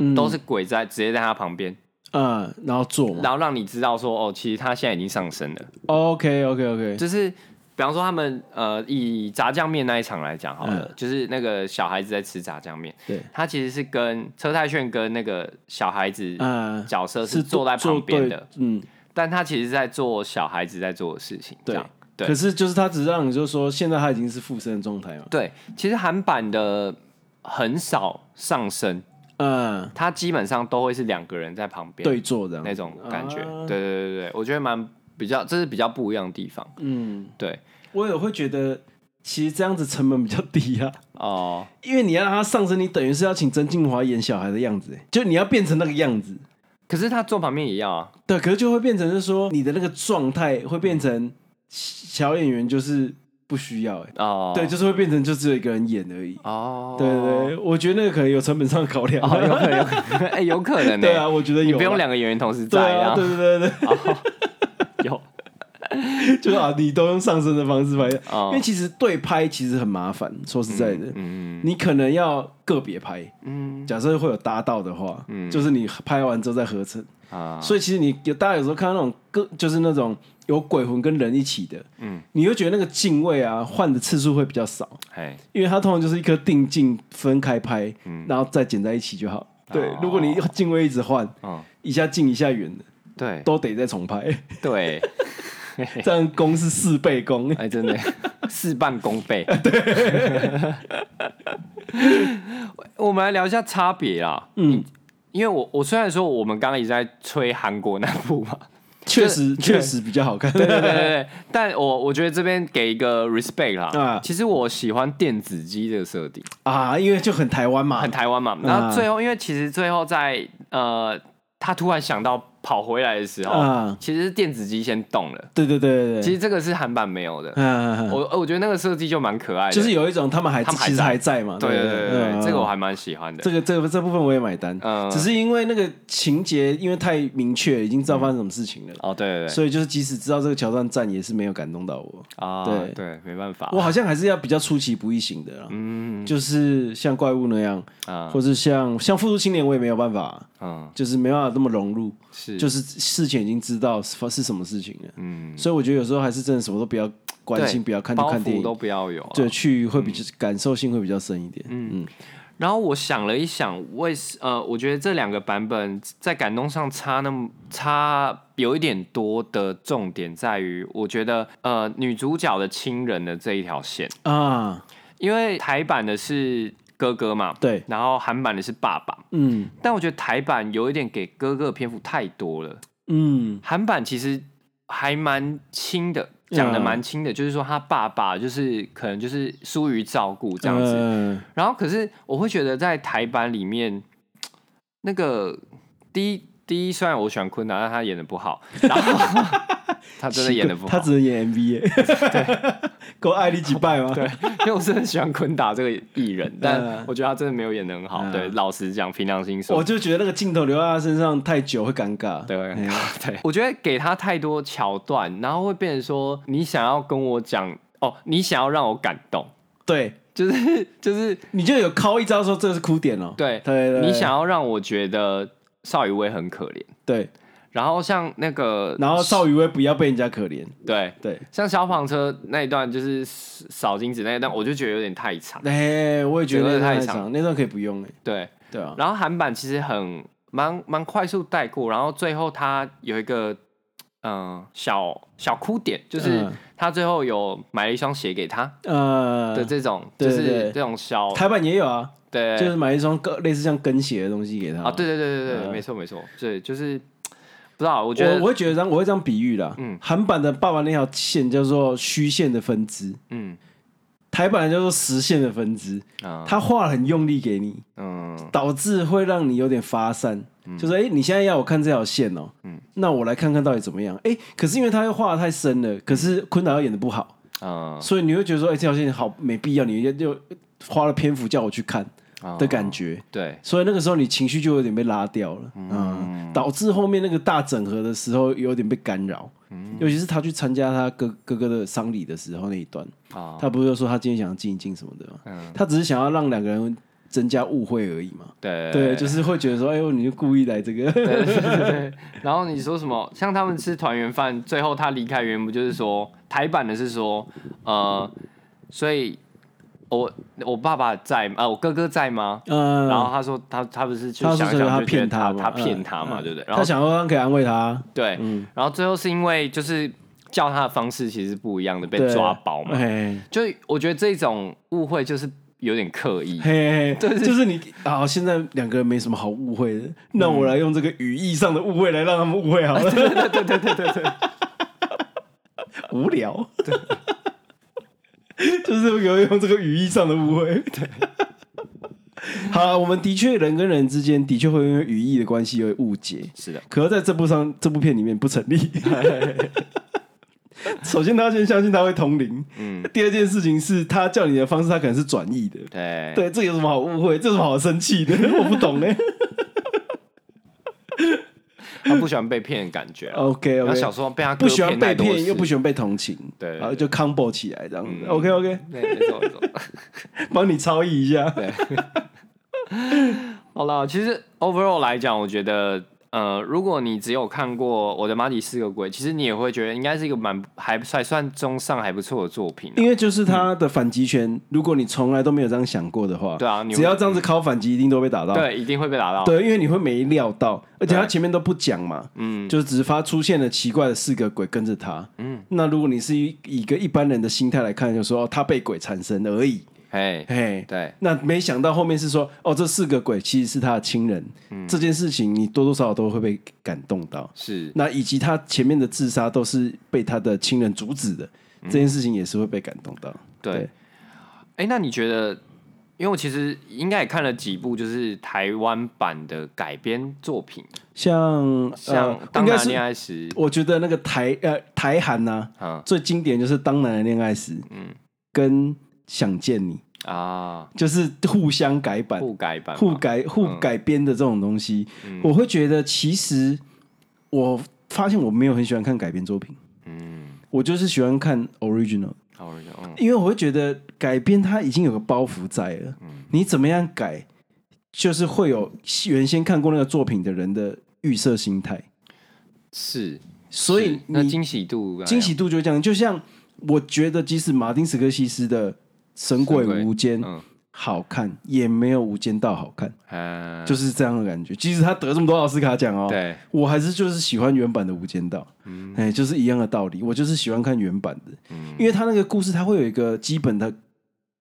S1: 嗯
S2: 都是鬼在直接在它旁边，
S1: 嗯，然后坐嘛。
S2: 然后让你知道说哦，其实它现在已经上升了。
S1: OK OK OK，
S2: 就是比方说他们呃，以炸酱面那一场来讲好了，
S1: 嗯就是
S2: 就是那个小孩子在吃炸酱面，
S1: 对，
S2: 他其实是跟车太炫跟那个小孩子
S1: 嗯，
S2: 角色
S1: 是
S2: 是坐在旁边的，，
S1: 坐对嗯，
S2: 但他其实在做小孩子在做的事情，
S1: 对
S2: 这样。对
S1: 可是就是他只让你就说，现在他已经是附身的状态嘛。
S2: 对，其实韩版的很少上升，
S1: 嗯，
S2: 他基本上都会是两个人在旁边
S1: 对坐这样
S2: 那种感觉。
S1: 啊
S2: 对对对对，我觉得蛮比较，这是比较不一样的地方。
S1: 嗯，
S2: 对
S1: 我也会觉得，其实这样子成本比较低啊，
S2: 哦、
S1: 因为你要让他上身，你等于是要请曾静华演小孩的样子，欸就你要变成那个样子。
S2: 可是他坐旁边也要啊。
S1: 对，可是就会变成是说，你的那个状态会变成小演员就是不需要，哎，
S2: 哦、
S1: 对，就是会变成就只有一个人演而已。
S2: 哦，
S1: 对对，对，我觉得那个可能有成本上的考量。
S2: 哦，有可能有可能， 哎、有可能呢、
S1: 对啊，我觉得
S2: 你
S1: 有啊，
S2: 不用两哦个演员同时在
S1: 对啊，对对对对，
S2: 有
S1: 就是啊，你都用上身的方式拍，
S2: 哦
S1: 因为其实对拍其实很麻烦，说实在的，
S2: 嗯
S1: 你可能要个别拍，
S2: 嗯
S1: 假设会有搭到的话，就是你拍完之后再合成，
S2: 啊，
S1: 所以其实你有大家有时候看到那种个就是那种有鬼魂跟人一起的，嗯，你会觉得那个敬畏啊换的次数会比较少，
S2: 哎，
S1: 因为它通常就是一颗定镜分开拍，
S2: 嗯
S1: 然后再剪在一起就好。
S2: 哦
S1: 对，如果你敬畏一直换，
S2: 嗯，
S1: 一下近一下远的，
S2: 对
S1: 都得再重拍，
S2: 对，
S1: 这样功是四倍功。
S2: 哎，真的事半功 倍。对，我们来聊一下差别啊。
S1: 嗯，
S2: 因为我我虽然说我们刚刚一直在吹韩国那 部嘛，
S1: 确实
S2: 对
S1: 确实比较好看。
S2: 对对对对，但我我觉得这边给一个 respect 啦。
S1: 啊
S2: 其实我喜欢电子机这个设定。
S1: 啊，因为就很台湾嘛
S2: 很，台湾
S1: 啊
S2: 嘛。然后最后，因为其实最后在呃，他突然想到跑回来的时候，
S1: 啊
S2: 其实是电子机先动了。
S1: 对对对对
S2: 其
S1: 对，
S2: 实这个是韩版没有的，
S1: 嗯，嗯嗯
S2: 我呃我觉得那个设计就蛮可爱的，
S1: 就是有一种他们还
S2: 他们还
S1: 其实
S2: 在
S1: 还在嘛。
S2: 对对对对对，
S1: 嗯
S2: 这个我还蛮喜欢的
S1: 这。个这个这部分我也买单，
S2: 嗯
S1: 只是因为那个情节因为太明确，已经知道发生什么事情了，
S2: 哦，对对对，
S1: 所以就是即使知道这个桥段站也是没有感动到我。
S2: 啊，
S1: 对
S2: 对，没办法，
S1: 我好像还是要比较出其不意型的啦，
S2: 啊嗯
S1: 就是像怪物那样，
S2: 啊
S1: 或是像像复读青年，我也没有办法，
S2: 嗯
S1: 就是没办法这么融入，
S2: 是
S1: 就是事前已经知道是是什么事情了，
S2: 嗯，
S1: 所以我觉得有时候还是真的什么都不要关心，
S2: 对
S1: 不要看就
S2: 包
S1: 看电
S2: 袱嗯都
S1: 影，
S2: 不要有啊。
S1: 对，去会比较感受性会比较深一点，嗯
S2: 然后我想了一想，为什呃，我觉得这两个版本在感动上差那么差有一点多的重点在于，我觉得呃女主角的亲人的这一条线，
S1: 啊，
S2: 因为台版的是哥哥嘛，
S1: 对，
S2: 然后韩版的是爸爸，
S1: 嗯
S2: 但我觉得台版有一点给哥哥的篇幅太多了，
S1: 嗯
S2: 韩版其实还蛮轻的，讲的
S1: 嗯
S2: 蛮轻的，就是说他爸爸就是可能就是疏于照顾这样子，
S1: 嗯
S2: 然后可是我会觉得在台版里面，那个第一第一，虽然我喜欢昆达，但他演的 不好，然后他真的演的不
S1: 他
S2: 好，
S1: 只能演 MV 耶，够爱你几拜吗？
S2: 对，因为我是很喜欢昆达这个艺人，但
S1: 嗯
S2: 我觉得他真的没有演的很好。
S1: 嗯
S2: 对，老实讲，凭良心说，
S1: 我就觉得那个镜头留在他身上太久会尴尬。
S2: 对
S1: 哎呀，
S2: 对，我觉得给他太多桥段，然后会变成说你想要跟我讲哦，你想要让我感动，
S1: 对，
S2: 就是就是
S1: 你就有敲一招说这是哭点哦。
S2: 对
S1: 对对，
S2: 你
S1: 对
S2: 想要让我觉得邵雨薇很可怜，
S1: 对，
S2: 然后像那个
S1: 然后邵雨薇不要被人家可怜。
S2: 对，
S1: 对，
S2: 像消防车那一段就是扫金子那一段，我就觉得有点太长，
S1: 哎，我也觉得那
S2: 整个
S1: 段
S2: 太
S1: 太
S2: 长
S1: 长，那段可以不用哎。
S2: 对，
S1: 对啊，
S2: 然后韩版其实很蛮蛮快速带过，然后最后他有一个嗯、呃小小哭点，就是
S1: 嗯
S2: 他最后有买了一双鞋给他。
S1: 呃
S2: 的，这种，
S1: 对
S2: 就是
S1: 对
S2: 这种小
S1: 台版也有啊，
S2: 对
S1: 就是买一双跟类似像跟鞋的东西给他
S2: 啊，对对对对对，
S1: 嗯
S2: 没错没错，对，就是不知道，我
S1: 我
S2: 觉得
S1: 我会觉得这样，我会这样比喻啦。
S2: 嗯
S1: 韩版的爸爸那条线叫做虚线的分支，
S2: 嗯
S1: 台版的叫做实线的分支。
S2: 啊
S1: 他画得很用力给你，
S2: 嗯
S1: 导致会让你有点发散，就是哎、诶你现在要我看这条线哦、
S2: 嗯
S1: 那我来看看到底怎么样。哎、可是因为他又画的太深了，可是昆达又演的不好，
S2: 嗯
S1: 所以你会觉得说，哎、这条线好没必要，你就就花了篇幅叫我去看
S2: 啊
S1: 的感觉。
S2: 对，
S1: 所以那个时候你情绪就有点被拉掉了，嗯，导致后面那个大整合的时候有点被干扰，
S2: 嗯
S1: 尤其是他去参加他哥哥哥的丧礼的时候那一段，
S2: 啊嗯
S1: 他不是说他今天想要静一静什么的吗？他只是想要让两个人增加误会而已嘛。
S2: 对。
S1: 对，就是是会觉得说，哎呦，你就故意来这个，
S2: 对对对对，然后你说什么？像他们吃团圆饭，最后他离开原因不就是说台版的是说，呃，所以我我爸爸在吗呃，我哥哥在吗？
S1: 嗯，
S2: 然后他说他他不是就
S1: 他
S2: 想
S1: 是
S2: 一
S1: 觉得
S2: 想
S1: 他
S2: 就觉得
S1: 骗
S2: 他
S1: 嘛，
S2: 骗他嘛，
S1: 嗯
S2: 对不对？然后
S1: 他想要嗯让他可以安慰他，
S2: 对，然后最后是因为就是叫他的方式其实不一样的，被
S1: 对
S2: 抓包嘛。
S1: 哎，
S2: 就我觉得这种误会就是有点刻意，
S1: 嘿嘿，对，就是你啊，现在两个人没什么好误会的，那我来用这个语义上的误会来让他们误会好 了，对对对对对，无聊， 就是有用这个语义上的误会，对。好了，我们的确人跟人之间的确会因为语义的关系有误解，
S2: 是的，
S1: 可是在这部上这部片里面不成 立。首先，他先相信他会通灵。
S2: 嗯，
S1: 第二件事情是他叫你的方式，他可能是转译的。
S2: 对，
S1: 对，这有什么好误会？这有什么好生气的？ 我不 懂哎。
S2: 他不喜欢被骗的感觉 啊。
S1: OK
S2: 然后小
S1: OK，
S2: 时候被他哥
S1: 哦不喜欢被
S2: 太多
S1: 骗，
S2: 次
S1: 又不喜啊欢被同情，
S2: 对对
S1: 然后就 combo 起来这样子。
S2: 嗯
S1: OK OK，
S2: 对，没错没错。
S1: 帮你超译一下。
S2: 嗯 好了，其实 overall 来讲，我觉得。呃，如果你只有看过《我的马里四个鬼》，其实你也会觉得应该是一个蛮还还算中上还不错的作品啊、
S1: 因为就是他的反击拳，如果你从来都没有这样想过的话，
S2: 对啊你会
S1: 只要这样子靠反击，一定都会被打到。
S2: 对，一定会被打到。
S1: 对，因为你会没料到，而且他
S2: 对
S1: 前面都不讲嘛，
S2: 嗯，
S1: 就只发出现了奇怪的四个鬼跟着他。
S2: 嗯，
S1: 那如果你是以一个一般人的心态来看，就说、哦、他被鬼缠身而已，
S2: 哎，
S1: 嘿。
S2: 对，
S1: 那没想到后面是说，哦，这四个鬼其实是他的亲人，
S2: 嗯
S1: 这件事情你多多少少都会被感动到。
S2: 是，
S1: 那以及他前面的自杀都是被他的亲人阻止的，
S2: 嗯
S1: 这件事情也是会被感动到。
S2: 对，哎、那你觉得？因为我其实应该也看了几部，就是台湾版的改编作品，
S1: 像呃
S2: 像《
S1: 应
S2: 当
S1: 该
S2: 然
S1: 是
S2: 恋爱时》
S1: 我觉得那个台呃台韩呐、
S2: 嗯
S1: 最经典就是《当男人恋爱时》，嗯，跟《想见你》，
S2: 啊，
S1: 就是互相改版、
S2: 互改版 嘛，
S1: 互改、互改编的这种东西，
S2: 嗯
S1: 我会觉得其实我发现我没有很喜欢看改编作品，
S2: 嗯，
S1: 我就是喜欢看 original，
S2: 好，我就嗯，
S1: 因为我会觉得改编它已经有个包袱在了，
S2: 嗯
S1: 你怎么样改，就是会有原先看过那个作品的人的预设心态，
S2: 是，
S1: 所以
S2: 是那
S1: 你
S2: 惊喜度啊来讲，
S1: 惊喜度就会降低。就像我觉得，即使马丁斯科西斯的《神鬼
S2: 神鬼
S1: 无间》
S2: 嗯，
S1: 好看，也没有《无间道》好看，
S2: 啊，
S1: 就是这样的感觉。即使他得这么多奥斯卡奖哦，
S2: 对，嗯
S1: 我还是就是喜欢原版的《无间道》，哎，就是一样的道理。我就是喜欢看原版的，因为他那个故事，它会有一个基本的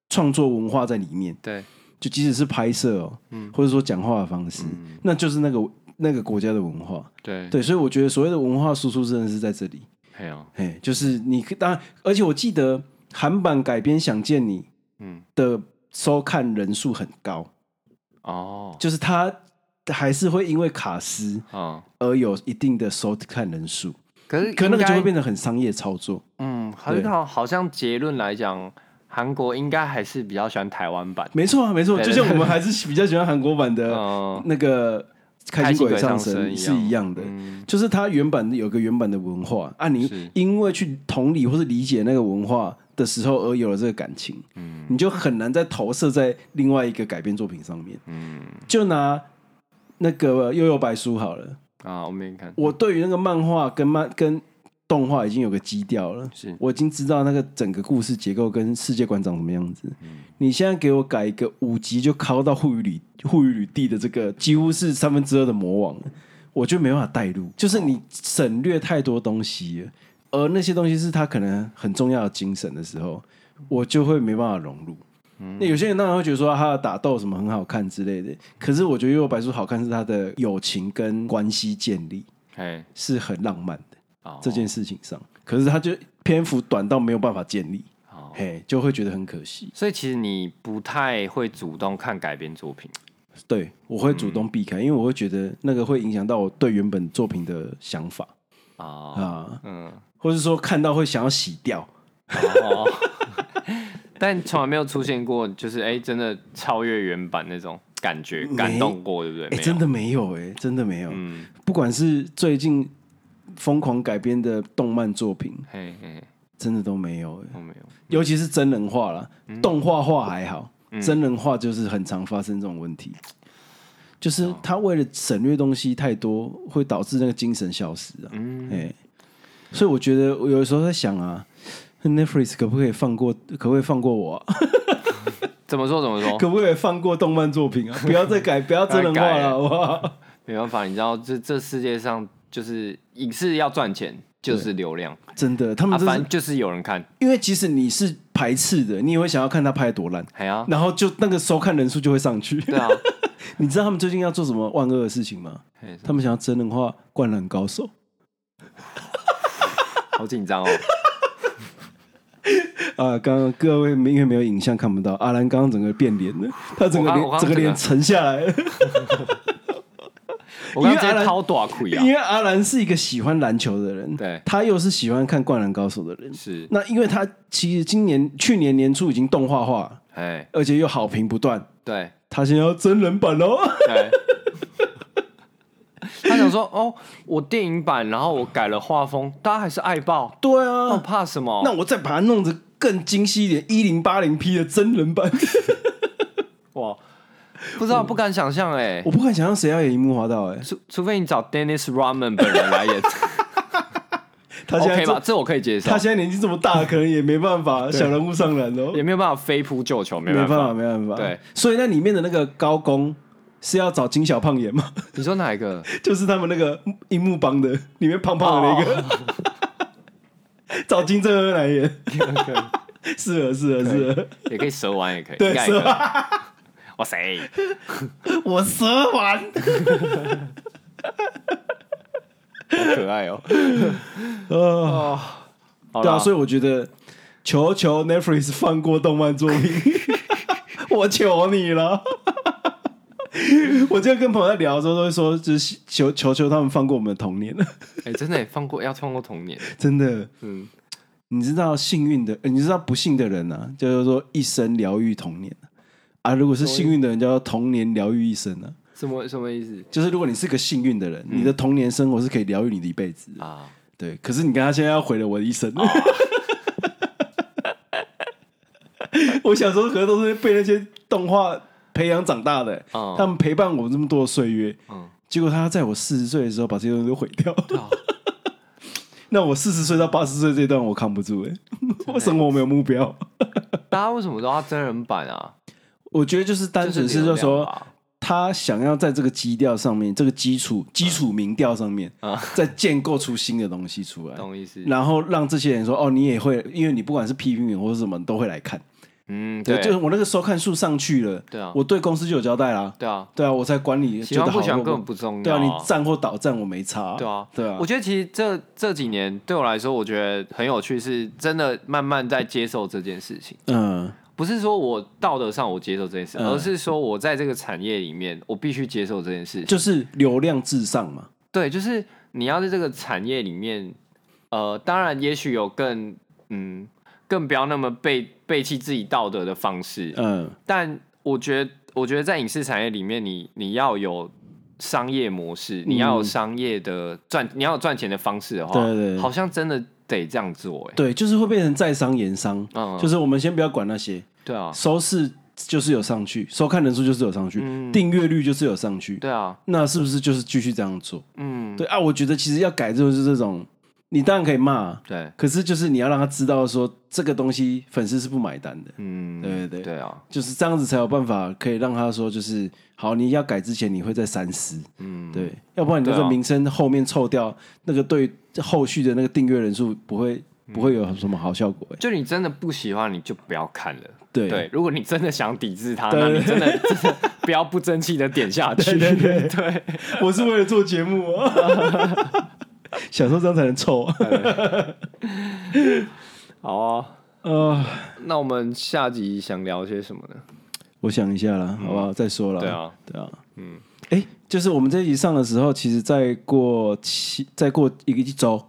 S1: 创作文化在里面。
S2: 对，
S1: 就即使是拍摄哦，
S2: 嗯
S1: 或者说讲话的方式，那就是那个那个国家的文化。
S2: 对，哦
S1: 对，所以我觉得所谓的文化输出真的是在这里。
S2: 还有，
S1: 哎，就是你可当然，而且我记得韩版改编《想见你》
S2: 嗯，
S1: 的收看人数很高，
S2: 哦，
S1: 就是它还是会因为卡斯
S2: 嗯，
S1: 而有一定的收看人数，
S2: 可是
S1: 可那个
S2: 应
S1: 就
S2: 该
S1: 会变得很商业操作。
S2: 嗯，好
S1: 对
S2: 像好像结论来讲，韩国应该还是比较喜欢台湾版。
S1: 没错啊，没错，
S2: 对
S1: 就
S2: 对
S1: 像我们还是比较喜欢韩国版的
S2: 嗯，
S1: 那个《呃开
S2: 开
S1: 心
S2: 心
S1: 鬼
S2: 鬼
S1: 上
S2: 上
S1: 身
S2: 身》
S1: 是
S2: 一嗯
S1: 一样的，就是它原版有个原版的文化啊，你
S2: 是
S1: 因为去同理或是理解那个文化的时候而有了这个感情，
S2: 嗯
S1: 你就很难再投射在另外一个改编作品上面。
S2: 嗯
S1: 就拿那个《悠悠白书》好了，
S2: 啊，我没看，
S1: 我对于那个漫画跟漫跟动画已经有个基调了，
S2: 是
S1: 我已经知道那个整个故事结构跟世界观长什么样子。你现在给我改一个五集就敲到护宇里护宇里地的这个几乎是三分之二的魔王，我就没办法带入，就是你省略太多东西了，而那些东西是他可能很重要的精神的时候，我就会没办法融入。那有些人当然会觉得说他的打斗什么很好看之类的，可是我觉得《幽游白书》好看是他的友情跟关系建立
S2: 哎，
S1: 是很浪漫的
S2: 哦
S1: 这件事情上，可是他就篇幅短到没有办法建立，
S2: 好，
S1: 嘿，就会觉得很可惜。
S2: 所以其实你不太会主动看改编作品。
S1: 对我会主动避开，因为我会觉得那个会影响到我对原本作品的想法
S2: 啊，
S1: 啊，
S2: 嗯，
S1: 或是说看到会想要洗掉。
S2: 哦，但从来没有出现过，就是哎、真的超越原版那种感觉，
S1: 没
S2: 感动过，对不对？
S1: 哎、
S2: 没有
S1: 真的没有哎、真的没有。
S2: 嗯，
S1: 不管是最近疯狂改编的动漫作品，
S2: 嘿嘿，
S1: 真的都没有哎、
S2: 我没有，
S1: 尤其是真人化啦，动画化还好，真人化就是很常发生这种问题，就是他为了省略东西太多，会导致那个精神消失啊。
S2: 嗯
S1: 哎，所以我觉得我有时候在想啊，Netflix 可不可以放过，可不可以放过我、啊？
S2: 怎么说怎么说，
S1: 可不可以放过动漫作品啊？不要再改，不要真人化了， 好不好？
S2: 没办法，你知道这这世界上就是影视要赚钱，就是流量，
S1: 真的，他们
S2: 啊，
S1: 真
S2: 反
S1: 嗯是
S2: 正，就是有人看，
S1: 因为即使你是排斥的，你也会想要看他拍的多烂，
S2: 哎呀、
S1: 然后就那个收看人数就会上去。
S2: 对啊，
S1: 你知道他们最近要做什么万恶的事情吗？
S2: 嘿
S1: 他们想要真人化《灌篮高手》，
S2: 好 紧张哦，
S1: 啊，刚刚各位因为没有影像看不到，阿兰刚刚整个变脸了，他整个
S2: 我刚
S1: 脸
S2: 我刚
S1: 整个脸
S2: 整个
S1: 沉下来了，
S2: 我
S1: 因
S2: 刚
S1: 为
S2: 刚
S1: 阿
S2: 在
S1: 兰
S2: 掏大亏啊
S1: 因，为阿兰是一个喜欢篮球的人，
S2: 对
S1: 他又是喜欢看《灌篮高手》的人，
S2: 是，
S1: 那因为他其实今年去年年初已经动画化，
S2: 哎，
S1: 而且又好评不断，
S2: 对
S1: 他现在要真人版哦喽，
S2: 对。 他想说：“哦，我电影版，然后我改了画风，大家还是爱爆，
S1: 对
S2: 那我
S1: 啊，
S2: 怕什么？
S1: 那我再把它弄得更精细一点，一零八零 P 的真人 版，
S2: 哇，不知道，不敢想象哎、
S1: 我不敢想象谁要演樱木花道，哎，
S2: 除除非你找 Dennis Rodman 本人 来演
S1: 他现在
S2: ，OK
S1: 这
S2: 吧？这我可以接受
S1: 他，现在年纪这么大，可能也没办法小人物上篮哦，
S2: 也没有办法飞扑救球，没
S1: 没
S2: 办
S1: 办法，
S2: 法。
S1: 没办法。
S2: 对，
S1: 所以那里面的那个高工是要找金小胖演吗？
S2: 你说哪一个？
S1: 就是他们那个荧幕帮的里面胖胖的那个，
S2: 哦
S1: 找金正恩来演， 是啊，是啊，是啊。
S2: 也可以蛇丸，也可以，
S1: 对
S2: 应该也可以
S1: 蛇。
S2: 哇塞，
S1: 我蛇丸，
S2: 好可爱 哦！
S1: 哦，
S2: 好
S1: 对啊，
S2: 啦，
S1: 所以我觉得求求 Netflix 放过动漫作品， 我求你了。 我今天跟朋友在聊的时候，都会说，就是求求求他们放过我们的童年。
S2: 哎，真的耶放过要放过童年，
S1: 真的，
S2: 嗯，
S1: 你知道幸运的，呃你知道不幸的人啊，就是说一生疗愈童年啊。如果是幸运的人，叫做童年疗愈一生啊。
S2: 什么什么意思
S1: 就是如果你是个幸运的人，
S2: 嗯
S1: 你的童年生活是可以疗愈你的一辈子的。
S2: 啊？
S1: 对，可是你刚刚现在要毁了我的一生。
S2: 哦
S1: 我小时候可能都是被那些动画培养长大的、欸
S2: 哦
S1: 他们陪伴我这么多的岁月，
S2: 嗯
S1: 结果他在我四十岁的时候把这些东西都毁掉。
S2: 啊
S1: 那我四十岁到八十岁这段我扛不 住哎、我生活没有目标。
S2: 大家为什么都要真人版啊？
S1: 我觉得就是单
S2: 就
S1: 纯是
S2: 流
S1: 就
S2: 量
S1: 说
S2: 吧
S1: 他想要在这个基调上面，这个基础基
S2: 嗯
S1: 础民调上面
S2: 啊，
S1: 再建构出新的东西出来，
S2: 懂意思？
S1: 然后让这些人说哦，你也会，因为你不管是批评你或是什么，你都会来看。
S2: 嗯，
S1: 对，
S2: 对，
S1: 就是我那个收看数上去了，
S2: 对啊
S1: 我对公司就有交代啦。
S2: 对啊，
S1: 对啊，我才管理
S2: 喜
S1: 觉得
S2: 欢
S1: 好
S2: 不喜欢
S1: 或
S2: 根本不重要。
S1: 对啊，你站或倒站我没差。
S2: 对啊，
S1: 对啊
S2: 我，觉得其实这这几年对我来说，我觉得很有趣，是真的慢慢在接受这件事情。
S1: 嗯，
S2: 不不是说我道德上我接受这件事，而是说我在这个产业里面，我必须接受这件事。
S1: 就是流量至上嘛。
S2: 对，就是你要在这个产业里面，呃，当然也许有更嗯，更不要那么背背弃自己道德的方式，
S1: 嗯，
S2: 但我觉得，我觉得在影视产业里面你，你要有商业模式，你要有商业的赚，你要有赚钱的方式的
S1: 嗯
S2: 话，
S1: 对对对
S2: 好像真的得这样做、欸，哎，
S1: 对，就是会变成在商言商，
S2: 嗯，
S1: 就是我们先不要管那些
S2: 对啊，
S1: 收视就是有上去，收看人数就是有上去，订阅率就是有上去，
S2: 嗯对啊，
S1: 那是不是就是继续这样做？
S2: 嗯，
S1: 对啊，我觉得其实要改就是这种，你当然可以骂，啊
S2: 对，
S1: 可是就是你要让他知道说这个东西粉丝是不买单的，
S2: 嗯，
S1: 对对对，
S2: 对啊，
S1: 就是这样子才有办法可以让他说就是好，你要改之前你会再三思，
S2: 嗯，
S1: 对，要不然你那
S2: 对
S1: 个
S2: 啊
S1: 名声后面臭掉，那个对后续的那个订阅人数不会
S2: 嗯
S1: 不会有什么好效果、欸，
S2: 就你真的不喜欢，你就不要看了。
S1: 对
S2: 对，如果你真的想抵制它，
S1: 对
S2: 那你真的 真的不要不争气的点下 去。
S1: 对对
S2: 对
S1: 我是为了做节 目、啊，想说这样才能臭啊，
S2: 好啊，
S1: 呃，
S2: 那我们下集想聊些什么呢？
S1: 我想一下啦，好不好？再说了，
S2: 对啊，
S1: 对啊，嗯，哎、就是我们这一集上的时候，其实再过七，再过一个一周，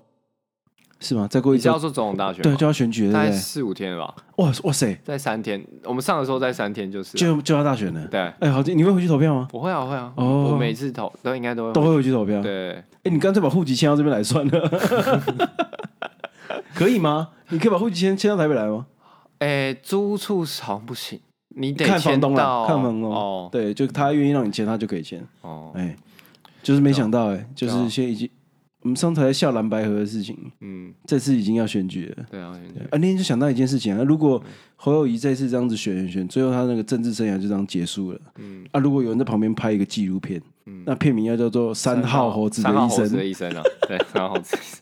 S1: 是吗？再过一
S2: 你是要
S1: 周，
S2: 说总统大选
S1: 对，
S2: 吗？
S1: 就要选举了，
S2: 大
S1: 对
S2: 概
S1: 不对？
S2: 四五天了吧，
S1: 哇哇塞，
S2: 在三天。我们上的时候在三天就是了。
S1: 就就要大选了。
S2: 对，
S1: 哎、好，你会回去投票吗？
S2: 我会啊，我会啊。
S1: 哦
S2: 我每次投都应该都会。
S1: 都会回去投票。哎、
S2: 对，
S1: 你干脆把户籍迁到这边来算了， 可以吗？你可以把户籍迁迁到台北来吗？
S2: 哎，租屋处好像不行，你得
S1: 看
S2: 签
S1: 房东
S2: 到
S1: 啦，看房东。
S2: 哦
S1: 对，就他愿意让你签，他就可以签。
S2: 哦，
S1: 哎、就是没想到、哎，就
S2: 对啊
S1: 是现在已经，我们上次还在笑蓝白河的事情，
S2: 嗯，
S1: 这次已经要选举了。
S2: 对啊，选举
S1: 啊，那天就想到一件事情啊，如果侯友谊这次这样子选选选，最后他那个政治生涯就这样结束了。嗯，啊，如果有人在旁边拍一个纪录片，那片名要叫做《三号猴子的
S2: 嗯三号
S1: 一
S2: 猴
S1: 生
S2: 子》，的一生啊，对，三号猴子的一生。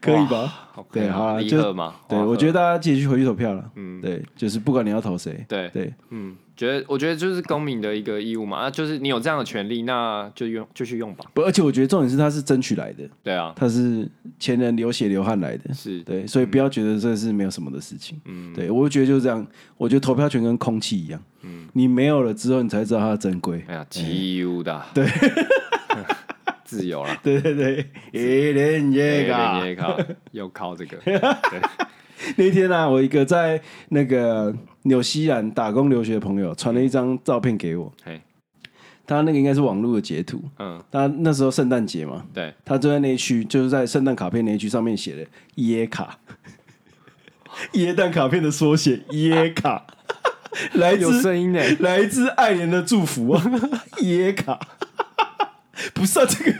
S1: 可以吧？
S2: 好啊
S1: 对好啦
S2: 离
S1: 就
S2: 合嘛，哦
S1: 对，
S2: 华
S1: 我
S2: 合
S1: 觉得大家继续回去投票了。嗯，对，就是不管你要投谁，
S2: 对
S1: 对
S2: 嗯，觉得我觉得就是公民的一个义务嘛，啊，就是你有这样的权利，那就用就去用吧。
S1: 不，而且我觉得重点是他是争取来的，
S2: 对啊，
S1: 他是前人流血流汗来的，
S2: 是，
S1: 对，所以不要觉得这是没有什么的事情。嗯，对我觉得就是这样，我觉得投票权跟空气一样，嗯，你没有了之后，你才知道它的珍贵。
S2: 哎呀，义务的， 对，自由了。
S1: 对对对，一连
S2: 对
S1: 这
S2: 你
S1: 个。
S2: 也靠， 又靠这个，
S1: 那天呢、啊，我一个在那个纽西兰打工留学的朋友传了一张照片给我，
S2: 嘿，
S1: 他那个应该是网络的截图。
S2: 嗯，
S1: 他那时候圣诞节嘛，
S2: 对，
S1: 他就在那一区，就是在圣诞卡片那一区上面写的耶卡， 耶诞卡片的缩写耶卡， 来
S2: 有
S1: 自
S2: 声 音呢，
S1: 来自爱莲的祝福 啊，耶卡，不是啊，这个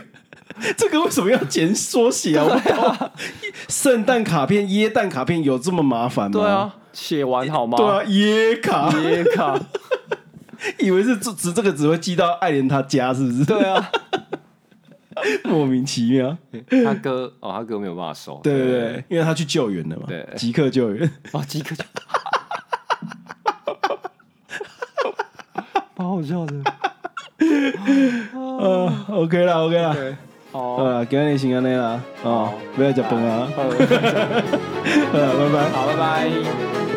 S1: 这个为什么要简缩写啊？我不懂圣诞卡片、耶诞卡片有这么麻烦吗？
S2: 对，啊，写完好吗？
S1: 对啊，耶卡，
S2: 也 靠，
S1: 以为是只只这个只会寄到爱莲他家，是不是？
S2: 对啊，
S1: 莫名其妙，
S2: 他哥哦，他哥没有办法收，
S1: 对对对，因为他去救援了嘛，
S2: 对
S1: 即刻救援，
S2: 哦，即 刻就，蛮好笑的，
S1: 呃，OK 啦，OK 啦，好
S2: 哦，
S1: 啦，今日先安尼啦，哦
S2: 好，
S1: 不要食饭啊，
S2: 好，
S1: 好啦，拜拜。
S2: 拜拜。